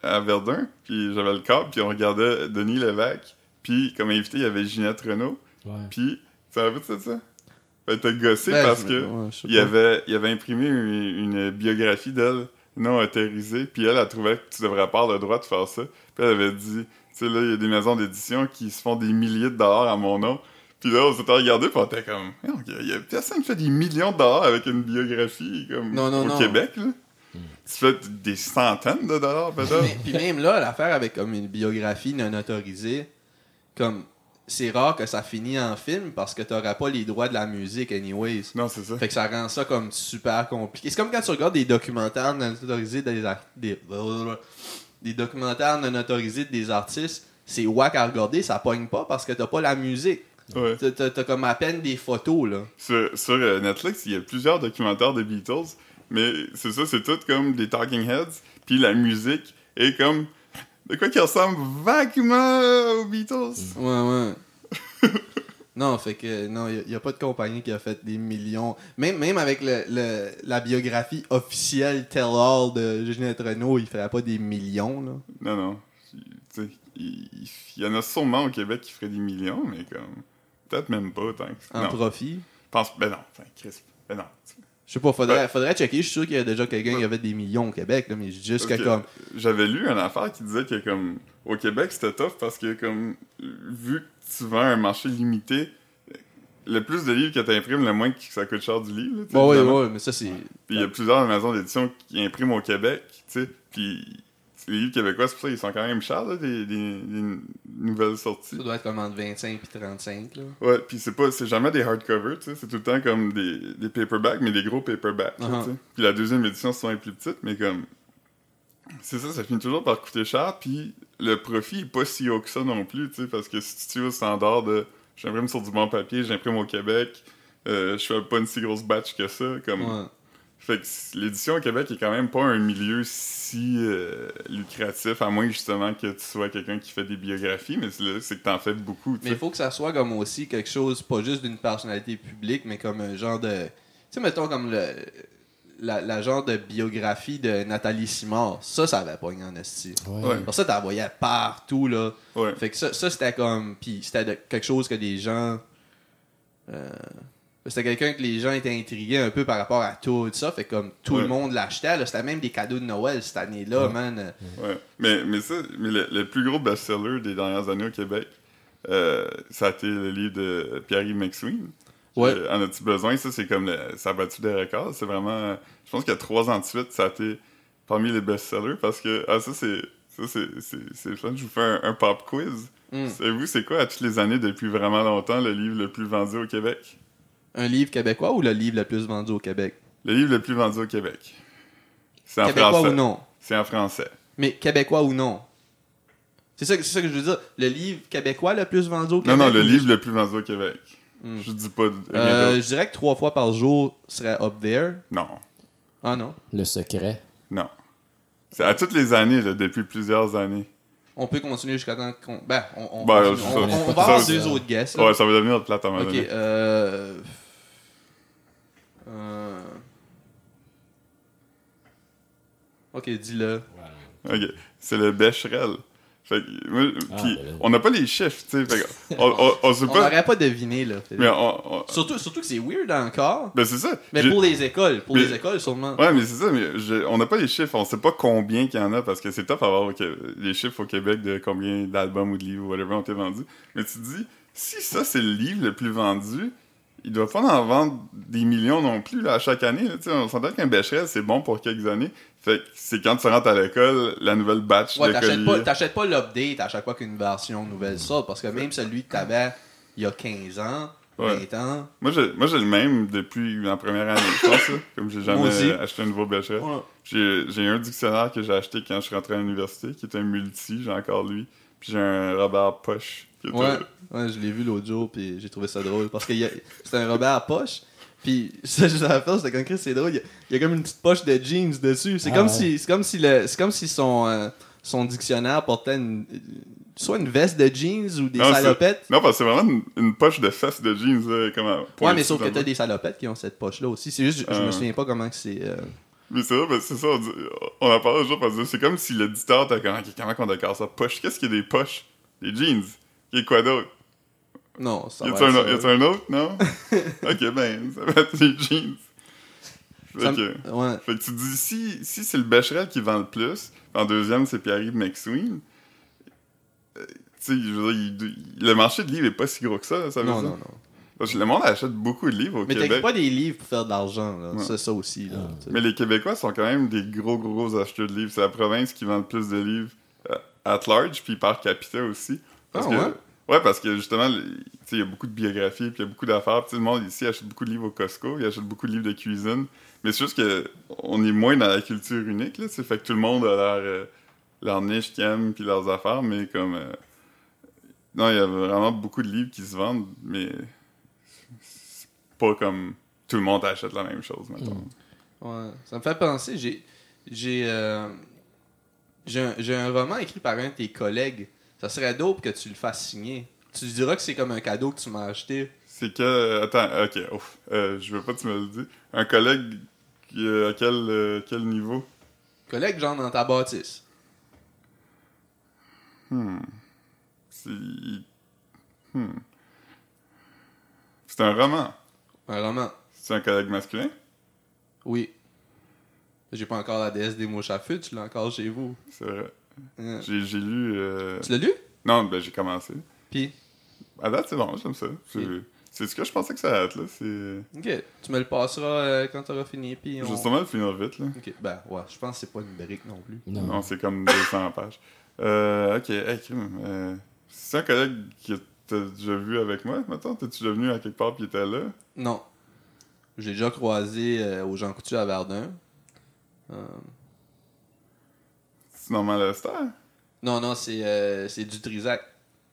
à Verdun, puis j'avais le câble, puis on regardait Denis Lévesque, puis comme invité, il y avait Ginette Renaud,
Ouais.
puis. Tu te rappelles de ça? Ben, t'as gossé
Ben,
parce
je-
que.
ouais, je sais
Il
pas.
avait, il avait imprimé une, une biographie d'elle, non autorisée, puis elle, elle trouvait que tu devrais pas avoir le droit de faire ça. Puis elle avait dit, tu sais, là, il y a des maisons d'édition qui se font des milliers de dollars à mon nom. Puis là, on s'était regardé, puis on était comme, Eh, il y a- il y a personne qui fait des millions de dollars avec une biographie comme
Non, non, Hmm.
au
non.
Québec, là. Tu fais des centaines de dollars, peut-être.
Puis même là, l'affaire avec comme une biographie non autorisée, comme c'est rare que ça finisse en film parce que t'auras pas les droits de la musique anyways.
non, c'est ça.
Fait que ça rend ça comme super compliqué. C'est comme quand tu regardes des documentaires non autorisés des ar- des, des documentaires non autorisés des artistes, c'est wack à regarder, ça pogne pas parce que t'as pas la musique.
Ouais.
T'as- T'as t'as comme à peine des photos là.
Sur, sur, euh, Netflix, il y a plusieurs documentaires des Beatles, mais c'est ça, c'est tout comme des Talking Heads, puis la musique est comme de quoi qui ressemble vaguement aux Beatles.
Ouais, ouais. non, fait que non, il n'y a, pas de compagnie qui a fait des millions. Même, même avec le, le- la biographie officielle Tell All de Ginette Renault, il ferait pas des millions. Là.
Non, non. Tu sais, Il il- il y en a sûrement au Québec qui ferait des millions, mais comme. Peut-être même pas autant que.
En
Non,
profit.
pense. Ben non, enfin, Chris. Ben non.
Je sais pas, faudrait,
Ouais.
faudrait checker. Je suis sûr qu'il y a déjà quelqu'un qui avait des millions au Québec, là, mais juste
Parce
que
que
comme.
J'avais lu une affaire qui disait que comme au Québec c'était tough parce que comme vu que tu vends un marché limité, le plus de livres que tu imprimes, le moins que ça coûte cher du livre. là, tu sais,
Bon, ouais,
évidemment.
ouais, mais ça, c'est.
Puis il y a plusieurs maisons d'édition qui impriment au Québec, tu sais. Puis les livres québécois, c'est pour ça qu'ils sont quand même chers, là, des, des- des nouvelles sorties.
Ça doit être comme entre 25 et 35. Là.
Ouais, puis c'est pas c'est jamais des hardcovers, tu sais, c'est tout le temps comme des, des paperbacks mais des gros paperbacks, là,
Uh-huh.
tu sais. Puis la deuxième édition souvent est plus petite mais comme c'est ça, ça finit toujours par coûter cher puis le profit est pas si haut que ça non plus, tu sais parce que si tu es au standard de j'imprime sur du bon papier, j'imprime au Québec, euh, je fais pas une si grosse batch que ça comme
Ouais.
fait que c- l'édition au Québec est quand même pas un milieu si euh, lucratif, à moins justement que tu sois quelqu'un qui fait des biographies, mais c'est là, c'est que t'en fais beaucoup. tu
Mais il
sais.
faut que ça soit comme aussi quelque chose, pas juste d'une personnalité publique, mais comme un genre de. Tu sais, mettons comme le. La, la genre de biographie de Nathalie Simard, ça, ça avait pogné en esti.
Ouais.
Ouais.
Pour ça, t'en voyais partout, là.
Ouais.
Fait que ça, ça, c'était comme. Puis c'était de- quelque chose que des gens. euh, c'était quelqu'un que les gens étaient intrigués un peu par rapport à tout ça. Fait que comme tout
Ouais.
le monde l'achetait, là. C'était même des cadeaux de Noël cette année-là, man.
Ouais. Mais, mais ça, mais le, le plus gros best-seller des dernières années au Québec, euh, ça a été le livre de Pierre-Yves McSween.
Ouais.
Euh, en as-tu besoin? Ça, c'est comme le- ça a battu des records. C'est vraiment. euh, Je pense qu'il y a trois ans de suite, ça a été parmi les best-sellers parce que. Ah, ça, c'est. Ça, c'est, c'est, c'est le fun. Je vous fais un, un pop quiz.
Mm.
Savez-vous, c'est quoi, à toutes les années, depuis vraiment longtemps, le livre le plus vendu au Québec?
Un livre québécois ou le livre le plus vendu au Québec
Le livre le plus vendu au Québec. C'est en
Québécois
français.
ou non
C'est en français.
Mais québécois ou non? C'est ça, que- c'est ça que je veux dire. Le livre québécois le plus vendu au
Non,
Québec?
non, le livre le plus vendu au Québec.
Mm.
Je dis pas. rien
Euh,
d'autre.
je dirais que trois fois par jour serait up there.
Non.
Ah non.
Le secret.
Non. C'est à toutes les années, là, depuis plusieurs années.
On peut continuer jusqu'à temps qu'on. Ben, on, on,
Ben,
continue.
c'est
On-
ça.
on- on va avoir
Ça,
deux
c'est-
autres guests. là.
Ouais, ça va devenir plate à un moment
ok,
donné.
euh. euh, Ok, dis-le.
Ok. C'est le Becherel. Fait que, moi,
Ah,
puis,
ben là.
on n'a pas les chiffres, tu sais. fait que on, on, on sait
On
pas.
n'aurait pas deviné, là.
Mais on. on-
Surtout, surtout que c'est weird encore.
Ben, c'est ça.
Mais
J'ai-
pour les écoles, pour
Mais-
les écoles sûrement.
Ouais, mais c'est ça, mais je- on n'a pas les chiffres, on sait pas combien qu'il y en a, parce que c'est top avoir au Qué- les chiffres au Québec de combien d'albums ou de livres ou whatever ont été vendus. Mais tu te dis, si ça c'est le livre le plus vendu, il doit pas en vendre des millions non plus là, à chaque année. là, tu sais, on s'entend qu'un bécherel, c'est bon pour quelques années. Fait que c'est quand tu rentres à l'école, la nouvelle batch
Ouais,
de
t'achètes
colis-
pas, t'achètes pas l'update à chaque fois qu'une version nouvelle sort, parce que même celui que t'avais il y a 15 ans,
Ouais.
20 ans,
Moi, j'ai, moi, j'ai le même depuis ma première année, je pense, là, comme j'ai
Moi
jamais
aussi.
acheté un nouveau bécherel.
Ouais.
J'ai j'ai un dictionnaire que j'ai acheté quand je suis rentré à l'université, qui est un multi, j'ai encore lui. Puis j'ai un Robert Poche. qui est
ouais,
un-
ouais, je l'ai vu l'autre jour, puis j'ai trouvé ça drôle, parce que y a- c'est un Robert à poche, Puis ça, je la faire, c'était comme Chris, c'est drôle. Il y a- il y, a comme une petite poche de jeans dessus. C'est
Ah
comme
ouais.
si, c'est comme si le, c'est comme si son, euh, son dictionnaire portait une- soit une veste de jeans ou des
Non, c'est-
salopettes.
Non, parce que c'est vraiment une, une poche de fesses de jeans, là, comme à-
Ouais,
pointue
mais sauf que
dans le-
t'as des salopettes qui ont cette poche-là aussi. C'est juste, je, je
Ah.
me souviens pas comment que c'est. euh,
Mais c'est vrai, parce que c'est ça, on, dit- on en parlait toujours parce que c'est comme si l'éditeur t'a comment, comment qu'on décore ça poche. Qu'est-ce qu'il y a des poches Des jeans. Il y a quoi d'autre
Non, ça
Y
va.
a-tu un,
ça
autre-
va.
y a-tu un autre Non Ok, ben, ça va être des jeans. Fait,
Ça
que,
me- ouais.
fait que tu dis, si, si c'est le Becherel qui vend le plus, en deuxième, c'est Pierre-Yves McSween. euh, Tu sais, je veux dire, il- il- le marché de livres est pas si gros que ça, ça veut
Non,
dire.
non, non. ben-
Parce que le monde achète beaucoup de livres au
Mais t'as
Québec.
pas des livres pour faire de l'argent, là.
Ouais.
C'est ça aussi, là.
Ah.
tu sais.
Mais les Québécois sont quand même des gros, gros, gros acheteurs de livres. C'est la province qui vend le plus de livres euh, at large, puis par capita aussi. Parce
Ah,
que-
ouais?
Ouais, parce que justement, les- tu sais, il y a beaucoup de biographies, puis il y a beaucoup d'affaires. Puis, tu sais, le monde ici achète beaucoup de livres au Costco, il achète beaucoup de livres de cuisine. Mais c'est juste que on est moins dans la culture unique, là. C'est fait que tout le monde a leur, euh, leur niche qu'ils aiment, puis leurs affaires, mais comme... euh, Non, il y a vraiment beaucoup de livres qui se vendent, mais c'est pas comme tout le monde achète la même chose, mettons.
Ouais, ça me fait penser, j'ai j'ai euh, j'ai un, j'ai un roman écrit par un de tes collègues. Ça serait dope que tu le fasses signer. Tu lui diras que c'est comme un cadeau que tu m'as acheté.
C'est que. euh, Attends, ok, ouf. Euh, je veux pas que tu me le dis. Un collègue qui, euh, à quel, euh, quel niveau
Collègue, genre dans ta bâtisse.
C'est. il- hmm. C'est un roman.
Un roman.
C'est un collègue masculin
Oui. J'ai pas encore la déesse des mouches à feu, tu l'as encore chez vous.
C'est vrai.
Hein.
J'ai j'ai lu. euh,
Tu l'as lu?
Non, ben j'ai commencé.
Puis,
À date, c'est bon, j'aime ça. C'est
Ok.
c'est ce que je pensais que ça allait être, là. C'est.
ok, tu me le passeras euh, quand t'auras fini. Puis
Je
on...
vais sûrement le finir vite, là.
Ok, ben ouais, je pense que c'est pas une brique non plus.
Non.
Non, c'est comme 200 pages. Euh, ok, hey, crime, euh, C'est un collègue qui t'as déjà vu avec moi, mettons T'es-tu déjà venu à quelque part puis il était là
Non. J'ai déjà croisé euh, aux gens coutus à Verdun. Euh,
C'est Normand Lester
Non, non, c'est euh, c'est du Trisac.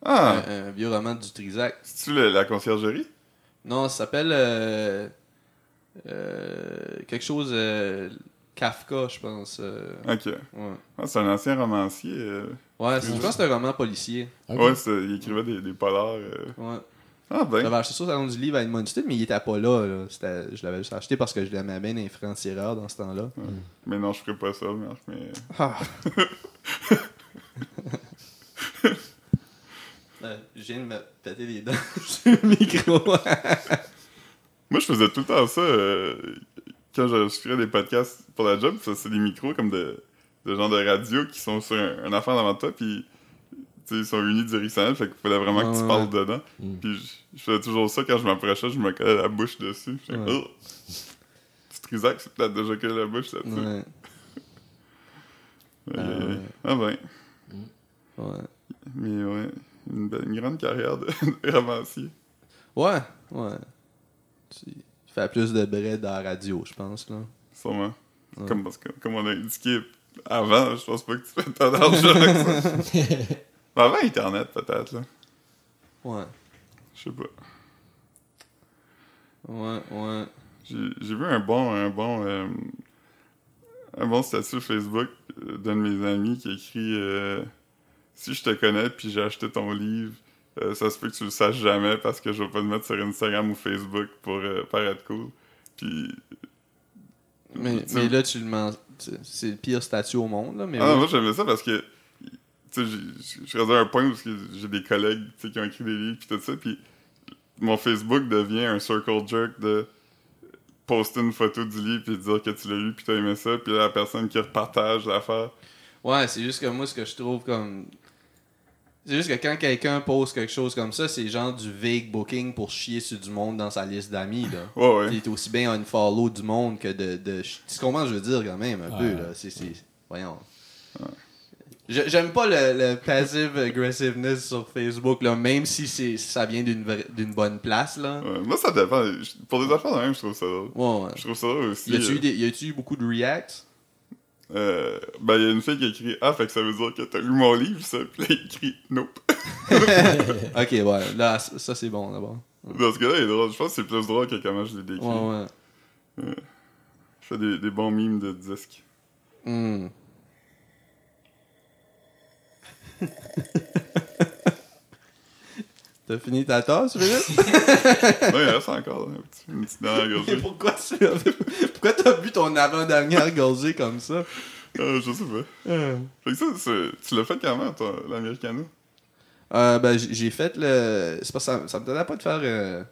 Ah,
Un, un vieux roman du Trisac.
c'est-tu le- la conciergerie?
Non, ça s'appelle euh, euh, quelque chose euh, Kafka, je pense. euh,
Ok.
ouais,
Ah, c'est un ancien romancier. euh.
ouais c'est- je pense que c'est un roman policier.
Ok.
Ouais, c'est- il écrivait des, des polars. euh.
Ouais.
Ah ben,
J'avais acheté ça au salon du livre à Edmonton, mais il était pas là. là. C'était- Je l'avais juste acheté parce que je l'aimais bien les francs tireurs dans ce temps-là.
mais non, je ferais pas ça, merde, mais...
Ah. Euh, je viens de me péter les dents sur le micro.
Moi, je faisais tout le temps ça euh, quand j'enregistrais des podcasts pour la job. ça, C'est des micros comme de, de genre de radio qui sont sur un, un affaire devant toi, puis tu sais, ils sont unis du rissonnel, fait qu'il fallait vraiment que
Ouais,
tu
ouais,
parles dedans.
Mm.
Puis je- je faisais toujours ça quand je m'approchais, je me collais la bouche dessus. J'étais comme,
Ouais.
Oh! Petit trisac, c'est peut-être déjà collé la bouche là-dessus.
Ouais,
Aïe,
Ah,
aïe, aïe.
ouais.
Ah ben,
ouais.
mais ouais, une, belle- une grande carrière de, de romancier.
Ouais, ouais. Tu il fait plus de bread dans la radio, je pense, là.
Sûrement.
Ouais.
Comme, parce que, comme on a indiqué avant, je pense pas que tu fais tant d'argent avec ça. Mais avant Internet, peut-être, là.
Ouais,
Je sais pas.
ouais, ouais.
J'ai j'ai vu un bon, un bon, euh, un bon statut Facebook euh, d'un de mes amis qui écrit euh, Si je te connais puis j'ai acheté ton livre, euh, ça se peut que tu le saches jamais parce que je vais pas le mettre sur Instagram ou Facebook pour euh, paraître cool. » Puis
Mais,
Tu-
mais là, tu le mens. tu- C'est le pire statut au monde, là, mais
Ah non,
Eh oui.
moi j'aimais ça parce que tu sais, j'ai- je suis rendu à un point où parce que j'ai des collègues tu sais, qui ont écrit des livres puis tout ça, puis mon Facebook devient un circle jerk de poster une photo du livre puis dire que tu l'as lu puis t'as aimé ça, puis la personne qui repartage l'affaire.
Ouais, c'est juste que moi, ce que je trouve comme. C'est juste que quand quelqu'un pose quelque chose comme ça, c'est genre du vague booking pour chier sur du monde dans sa liste d'amis, là.
Ouais, ouais.
Il est aussi bien un follow du monde que de. de tu comprends, je veux dire, quand même, un
Ouais.
peu, là. C'est. c'est- Voyons. Je- J'aime pas le, le passive aggressiveness sur Facebook, là, même si c'est ça vient d'une vraie- d'une bonne place, là.
Ouais, Moi ça dépend. Je- Pour des affaires de même, je trouve ça drôle.
Ouais, ouais.
Je trouve ça drôle aussi.
Y a-tu
euh,
eu, des- y a-tu eu beaucoup de reacts?
euh, ben, il y a une fille qui a écrit Ah, fait que ça veut dire que t'as lu mon livre, ça. Puis là, il écrit Nope.
Ok, ouais, là, ça c'est bon d'abord.
Dans ce cas-là, il est drôle. Je pense que c'est plus drôle que comment je l'ai décrit.
Ouais, ouais.
Je fais des, des bons mimes de disques.
Hmm. T'as fini ta tasse, Philippe?
ouais, il reste encore là, un petit- une petite dernière
Et
gorgée.
pourquoi tu Pourquoi t'as bu ton avant-dernière gorgée comme ça?
Euh, je sais pas.
Euh,
Fait que ça, c'est- tu l'as fait comment, toi, l'Americano?
ben, j'ai j'ai fait le. C'est parce que ça, ça me donnait pas de faire euh,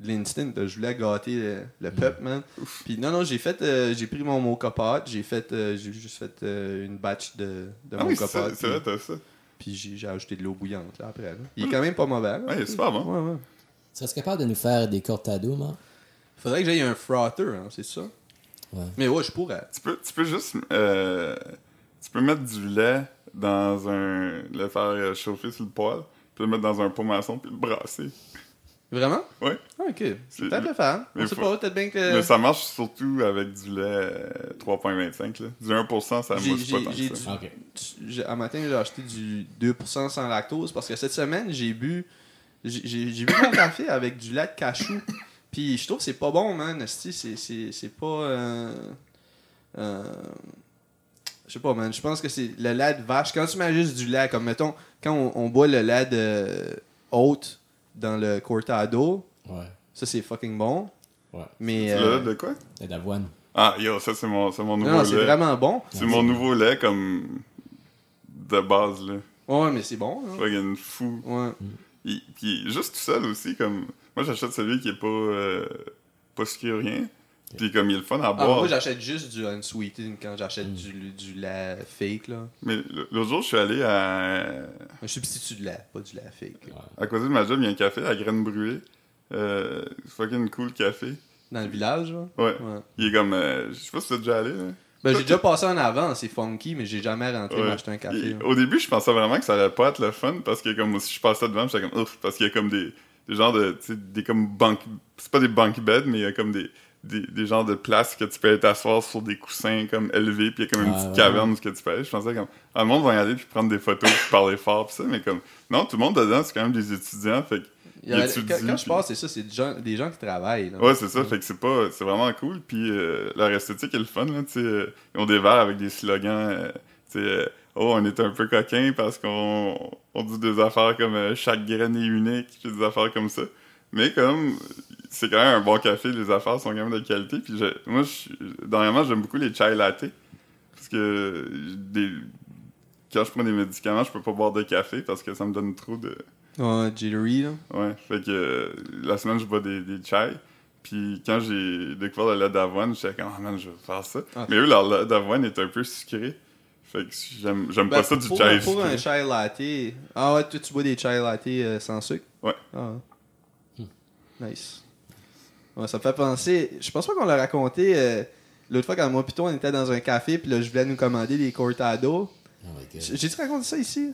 de l'instinct. Je voulais gâter le, le peuple, man. Puis non, non, j'ai fait. euh, j'ai pris mon mocha pot, j'ai fait. euh, j'ai juste fait euh, une batch de, de
Ah oui,
mocha
c'est ça,
pot,
c'est vrai, t'as ça.
Puis j'ai j'ai ajouté de l'eau bouillante, là, après. là. Il est quand même pas mauvais. là.
Ouais, il est super bon.
Ouais, ouais.
Tu serais capable de nous faire des cortados, man?
Faudrait que j'aille un frother, hein, c'est ça?
Ouais.
Mais ouais, je pourrais.
Tu peux, tu peux juste. euh, tu peux mettre du lait dans un. le faire euh, chauffer sur le poêle, puis le mettre dans un pot maçon, puis le brasser.
Vraiment?
Ouais.
Ah, ok.
C'est-
C'est peut-être le faire.
mais
On sait
faut-
pas, peut-être bien
Mais
que.
ça marche surtout avec du lait euh, 3,25. là. Du 1%, ça
J'ai-
mousse pas
j'ai-
tant que
j'ai
ça.
du-
Ok.
Tu- j'ai- Un matin, j'ai acheté du 2% sans lactose parce que cette semaine, j'ai bu. J'ai j'ai- j'ai bu mon café avec du lait de cachou. Puis je trouve que c'est pas bon, man. esti. C'est- C'est c'est pas. euh, euh, je sais pas, man. Je pense que c'est le lait de vache. Quand tu mets juste du lait, comme mettons, quand on, on boit le lait de haute dans le cortado,
Ouais.
ça c'est fucking bon.
Ouais.
Mais.
Tu
euh,
l'as de quoi
C'est d'avoine.
Ah, yo, ça, c'est mon, c'est mon nouveau
non, non,
lait.
c'est vraiment bon.
C'est mon nouveau lait comme. de base, là.
Ouais, mais c'est bon. hein.
Fucking fou.
Ouais.
Il- Puis juste tout seul aussi, comme. Moi, j'achète celui qui est pas. euh, pas sucré, rien. Puis comme il est le fun à
Ah,
boire.
moi, j'achète juste du unsweetened quand j'achète du, du lait fake, là.
Mais l- l'autre jour, je suis allé à.
Un substitut de lait, pas du lait fake.
À côté de ma job, il y a un café à graines brûlées. Euh, fucking cool café.
Dans le village, là.
Ouais.
Ouais.
Il est comme. euh, je sais pas si t'es déjà allé, là.
Ben, j'ai déjà passé en avant, c'est funky, mais j'ai jamais rentré
Ouais.
m'acheter un café.
Et
là.
au début, je pensais vraiment que ça allait pas être le fun parce que, comme si je passais devant, j'étais comme ouf, parce qu'il y a comme des, des genres de. Tu sais, des comme banques. C'est pas des bank beds, mais il y a comme des, des, des genres de places que tu peux aller t'asseoir sur des coussins comme élevés, puis il y a comme une
Ah,
petite
ouais.
caverne où ce que tu peux aller. Je pensais comme. Ah, le monde va y aller, puis prendre des photos, puis parler fort, puis ça, mais comme. Non, tout le monde dedans, c'est quand même des étudiants, fait que.
Il y a-
y a-tu
quand,
du-
quand je passe, c'est ça, c'est des gens, des gens qui travaillent. là.
Ouais, c'est ça. Fait que c'est pas, c'est vraiment cool. Puis euh, leur esthétique est le fun. Là, tu sais, euh, ils ont des verres avec des slogans. euh, tu sais, euh, oh, on est un peu coquin parce qu'on on dit des affaires comme euh, chaque graine est unique, puis des affaires comme ça. Mais comme c'est quand même un bon café, les affaires sont quand même de qualité. Puis je- moi, je, suis- dernièrement, j'aime beaucoup les chai latte parce que des, quand je prends des médicaments, je peux pas boire de café parce que ça me donne trop de
Ouais, jittery, là.
Ouais, fait que euh, la semaine, je bois des, des chai. Puis quand j'ai découvert le lait d'avoine, j'étais comme, ah man, je vais faire ça.
Ah.
Mais eux, leur lait d'avoine est un peu sucré. Fait que j'aime j'aime
Ben,
pas ça du
pour,
chai
pour
sucré.
un chai latte. Ah ouais, toi, tu bois des chai latte euh, sans sucre?
Ouais.
Ah. Nice. Ouais, ça me fait penser. Je pense pas qu'on l'a raconté euh, l'autre fois quand moi plutôt on était dans un café puis là je voulais nous commander des cortados.
Oh my god.
J- J'ai-tu raconté ça ici?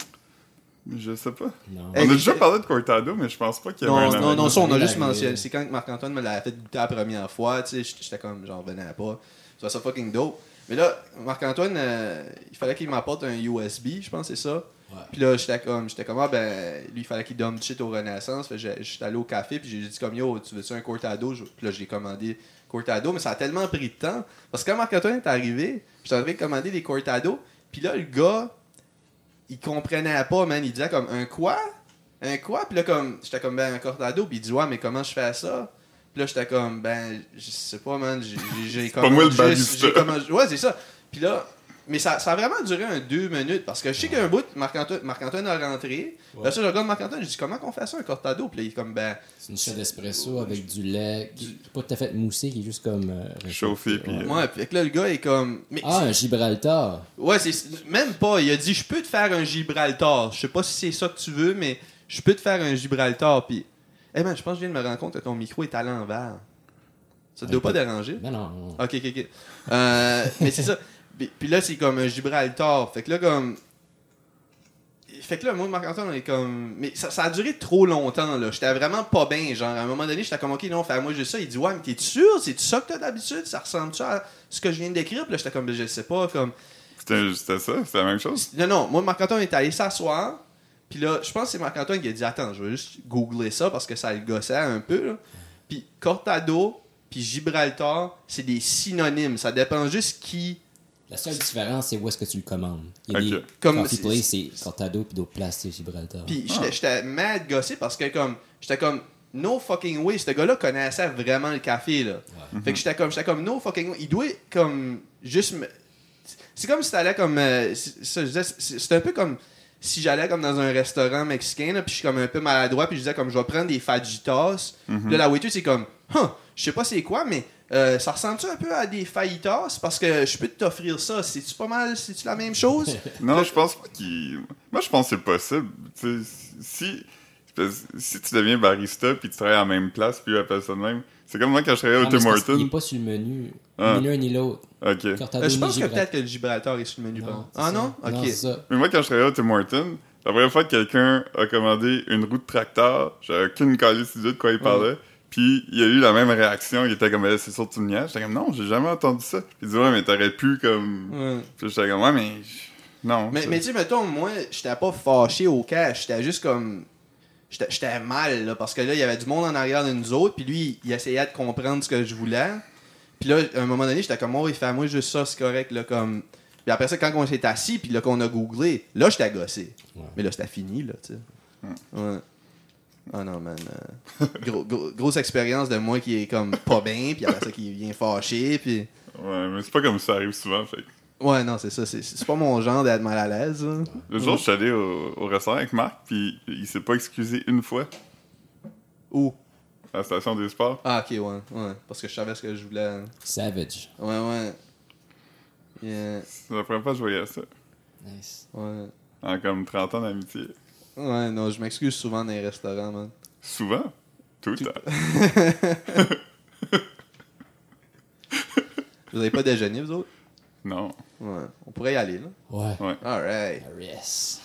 Je sais pas.
Non.
Eh,
on a
j'ai-
déjà parlé de Cortado, mais je pense pas qu'il y avait
Non,
un
non, non, ça on a
Il
juste
arrive.
mentionné. C'est quand Marc-Antoine me l'avait fait goûter la première fois, tu sais, j- j'étais comme j'en revenais pas. Ça ça fucking dope. Mais là, Marc-Antoine, euh, il fallait qu'il m'apporte un USB, je pense, c'est ça.
Ouais.
Puis là, j'étais comme, j'étais comme, ah ben, lui, il fallait qu'il donne du shit au Renaissance. Fait que j'ai- j'étais allé au café, puis j'ai dit comme, yo, tu veux-tu un cortado? Je- Puis là, j'ai commandé cortado, mais ça a tellement pris de temps. Parce que quand Marc-Antoine est arrivé, j'étais en train de commander des cortados, puis là, le gars, il comprenait pas, man. Il disait comme, un quoi? Un quoi? Puis là, comme, j'étais comme, ben, un cortado, puis il dit, ouais, mais comment je fais ça? Puis là, j'étais comme, ben, je sais pas, man, j'ai- j'ai- j'ai
pas moi le
commandé juste-
barista.
j'ai commandé- Ouais, c'est ça. Puis là, mais ça, ça a vraiment duré un deux minutes parce que je sais qu'un bout, Marc-Antoine Marc-Antoine a rentré. Là, ça, je regarde Marc-Antoine, je dis comment qu'on fait ça, un cortado Puis là, il est comme ben.
C'est une chaîne d'espresso avec du lait qui- pas tout à fait moussé, qui est juste comme. euh, réchauffé.
Chauffé, puis,
Ouais.
euh,
Ouais, puis là, le gars est comme. Mais,
Ah, un Gibraltar.
Ouais, c'est. Même pas. Il a dit je peux te faire un Gibraltar. Je sais pas si c'est ça que tu veux, mais je peux te faire un Gibraltar. Puis. Eh ben, je pense que je viens de me rendre compte que ton micro est à l'envers. Ça te doit pas déranger.
Non, non, non.
Ok, ok, ok. Euh, mais c'est ça. Puis puis là, c'est comme un Gibraltar. Fait que là, comme. Fait que là, moi, Marc-Antoine, on est comme. Mais ça, ça a duré trop longtemps, là. J'étais vraiment pas bien. Genre, à un moment donné, j'étais comme, ok, non, fais moi juste ça. Il dit, ouais, mais t'es sûr? C'est ça que t'as d'habitude? Ça ressemble-tu à ce que je viens de décrire? Puis là, j'étais comme, ben, je sais pas. comme
euh, c'était c'était ça, c'était la même chose.
Non, non, moi, Marc-Antoine est allé s'asseoir. Puis là, je pense que c'est Marc-Antoine qui a dit Attends, je vais juste googler ça parce que ça le gossait un peu. là. Puis Cortado, puis Gibraltar, c'est des synonymes. Ça dépend juste qui.
La seule différence, c'est où est-ce que tu le commandes. Il y a
Ok.
des
Comme-
coffee
c'est-
place, c'est Cortado, puis d'autres places, c'est Gibraltar.
Puis
Ah.
j'étais- j'étais mad gossé parce que comme j'étais comme no fucking way, ce gars-là connaissait vraiment le café là. Fait que j'étais comme j'étais comme no fucking way, il doit comme juste me- c'est comme si t'allais comme euh, c'est- ça, je disais, c'est c'est un peu comme si j'allais comme dans un restaurant mexicain là, puis je suis comme un peu maladroit puis je disais comme je vais prendre des fajitas. Puis là, la waitress c'est comme Huh, je sais pas c'est quoi mais euh, ça ressemble-tu un peu à des fajitas parce que je peux t'offrir ça, c'est-tu pas mal, c'est-tu la même chose
Non, je pense pas qu'il. Moi, je pense que c'est possible. Tu sais, si. parce que Si tu deviens barista puis tu travailles à la même place puis tu appelles ça de même, c'est comme moi quand je travaillais
Ah,
au
mais
Tim
c'est parce qu'il
Hortons.
est pas sur le menu.
Ah.
Ni l'un ni l'autre.
Ok.
Cortado,
Euh, je
ni
pense que
Gibraltar.
peut-être que le Gibraltar est sur le menu.
Non,
pardon.
c'est
ah
ça.
non? Ok.
Non, c'est ça.
Mais moi, quand je travaillais au Tim Hortons, la première fois que quelqu'un a commandé une roue de tracteur, j'avais aucune calice idée de quoi il parlait. Puis il a eu la même réaction, il était comme, Eh, c'est sûr que tu me niaises. J'étais comme, non, j'ai jamais entendu ça. Puis il dit, ouais, mais t'aurais pu comme.
Ouais.
Puis j'étais comme, ouais, mais. je- Non.
Mais,
c'est-
mais tu sais, mettons, moi, j'étais pas fâché au cash. J'étais juste comme. J'étais j'étais mal, là, parce que là, il y avait du monde en arrière de nous autres, puis lui, il essayait de comprendre ce que je voulais. Puis là, à un moment donné, j'étais comme, oh, il fait à moi juste ça, c'est correct, là, comme. Puis après ça, quand on s'est assis, puis là, qu'on a googlé, là, j'étais gossé.
Ouais.
Mais là, c'était fini, là, tu sais. Ouais. Ah non, man. euh, gros- gros- grosse expérience de moi qui est comme pas bien, puis après ça, qui vient fâché, puis.
Ouais, mais c'est pas comme ça arrive souvent, fait. que-
Ouais, non, c'est ça. C'est c'est pas mon genre d'être mal à l'aise. là.
Le jour, je suis allé au, au restaurant avec Marc, puis il s'est pas excusé une fois
Ou.
à la station des sports.
Ah, ok, ouais, ouais. Parce que je savais ce que je voulais. hein.
Savage.
Ouais, ouais. Yeah,
C'est la première fois que je voyais ça,
Nice.
ouais.
en comme 30 ans d'amitié.
Ouais, non, je m'excuse souvent dans les restaurants, man.
Souvent, tout le temps.
Vous avez pas déjeuné, vous autres?
Non.
Ouais. On pourrait y aller, là.
Ouais.
Ouais.
Alright.
Yes.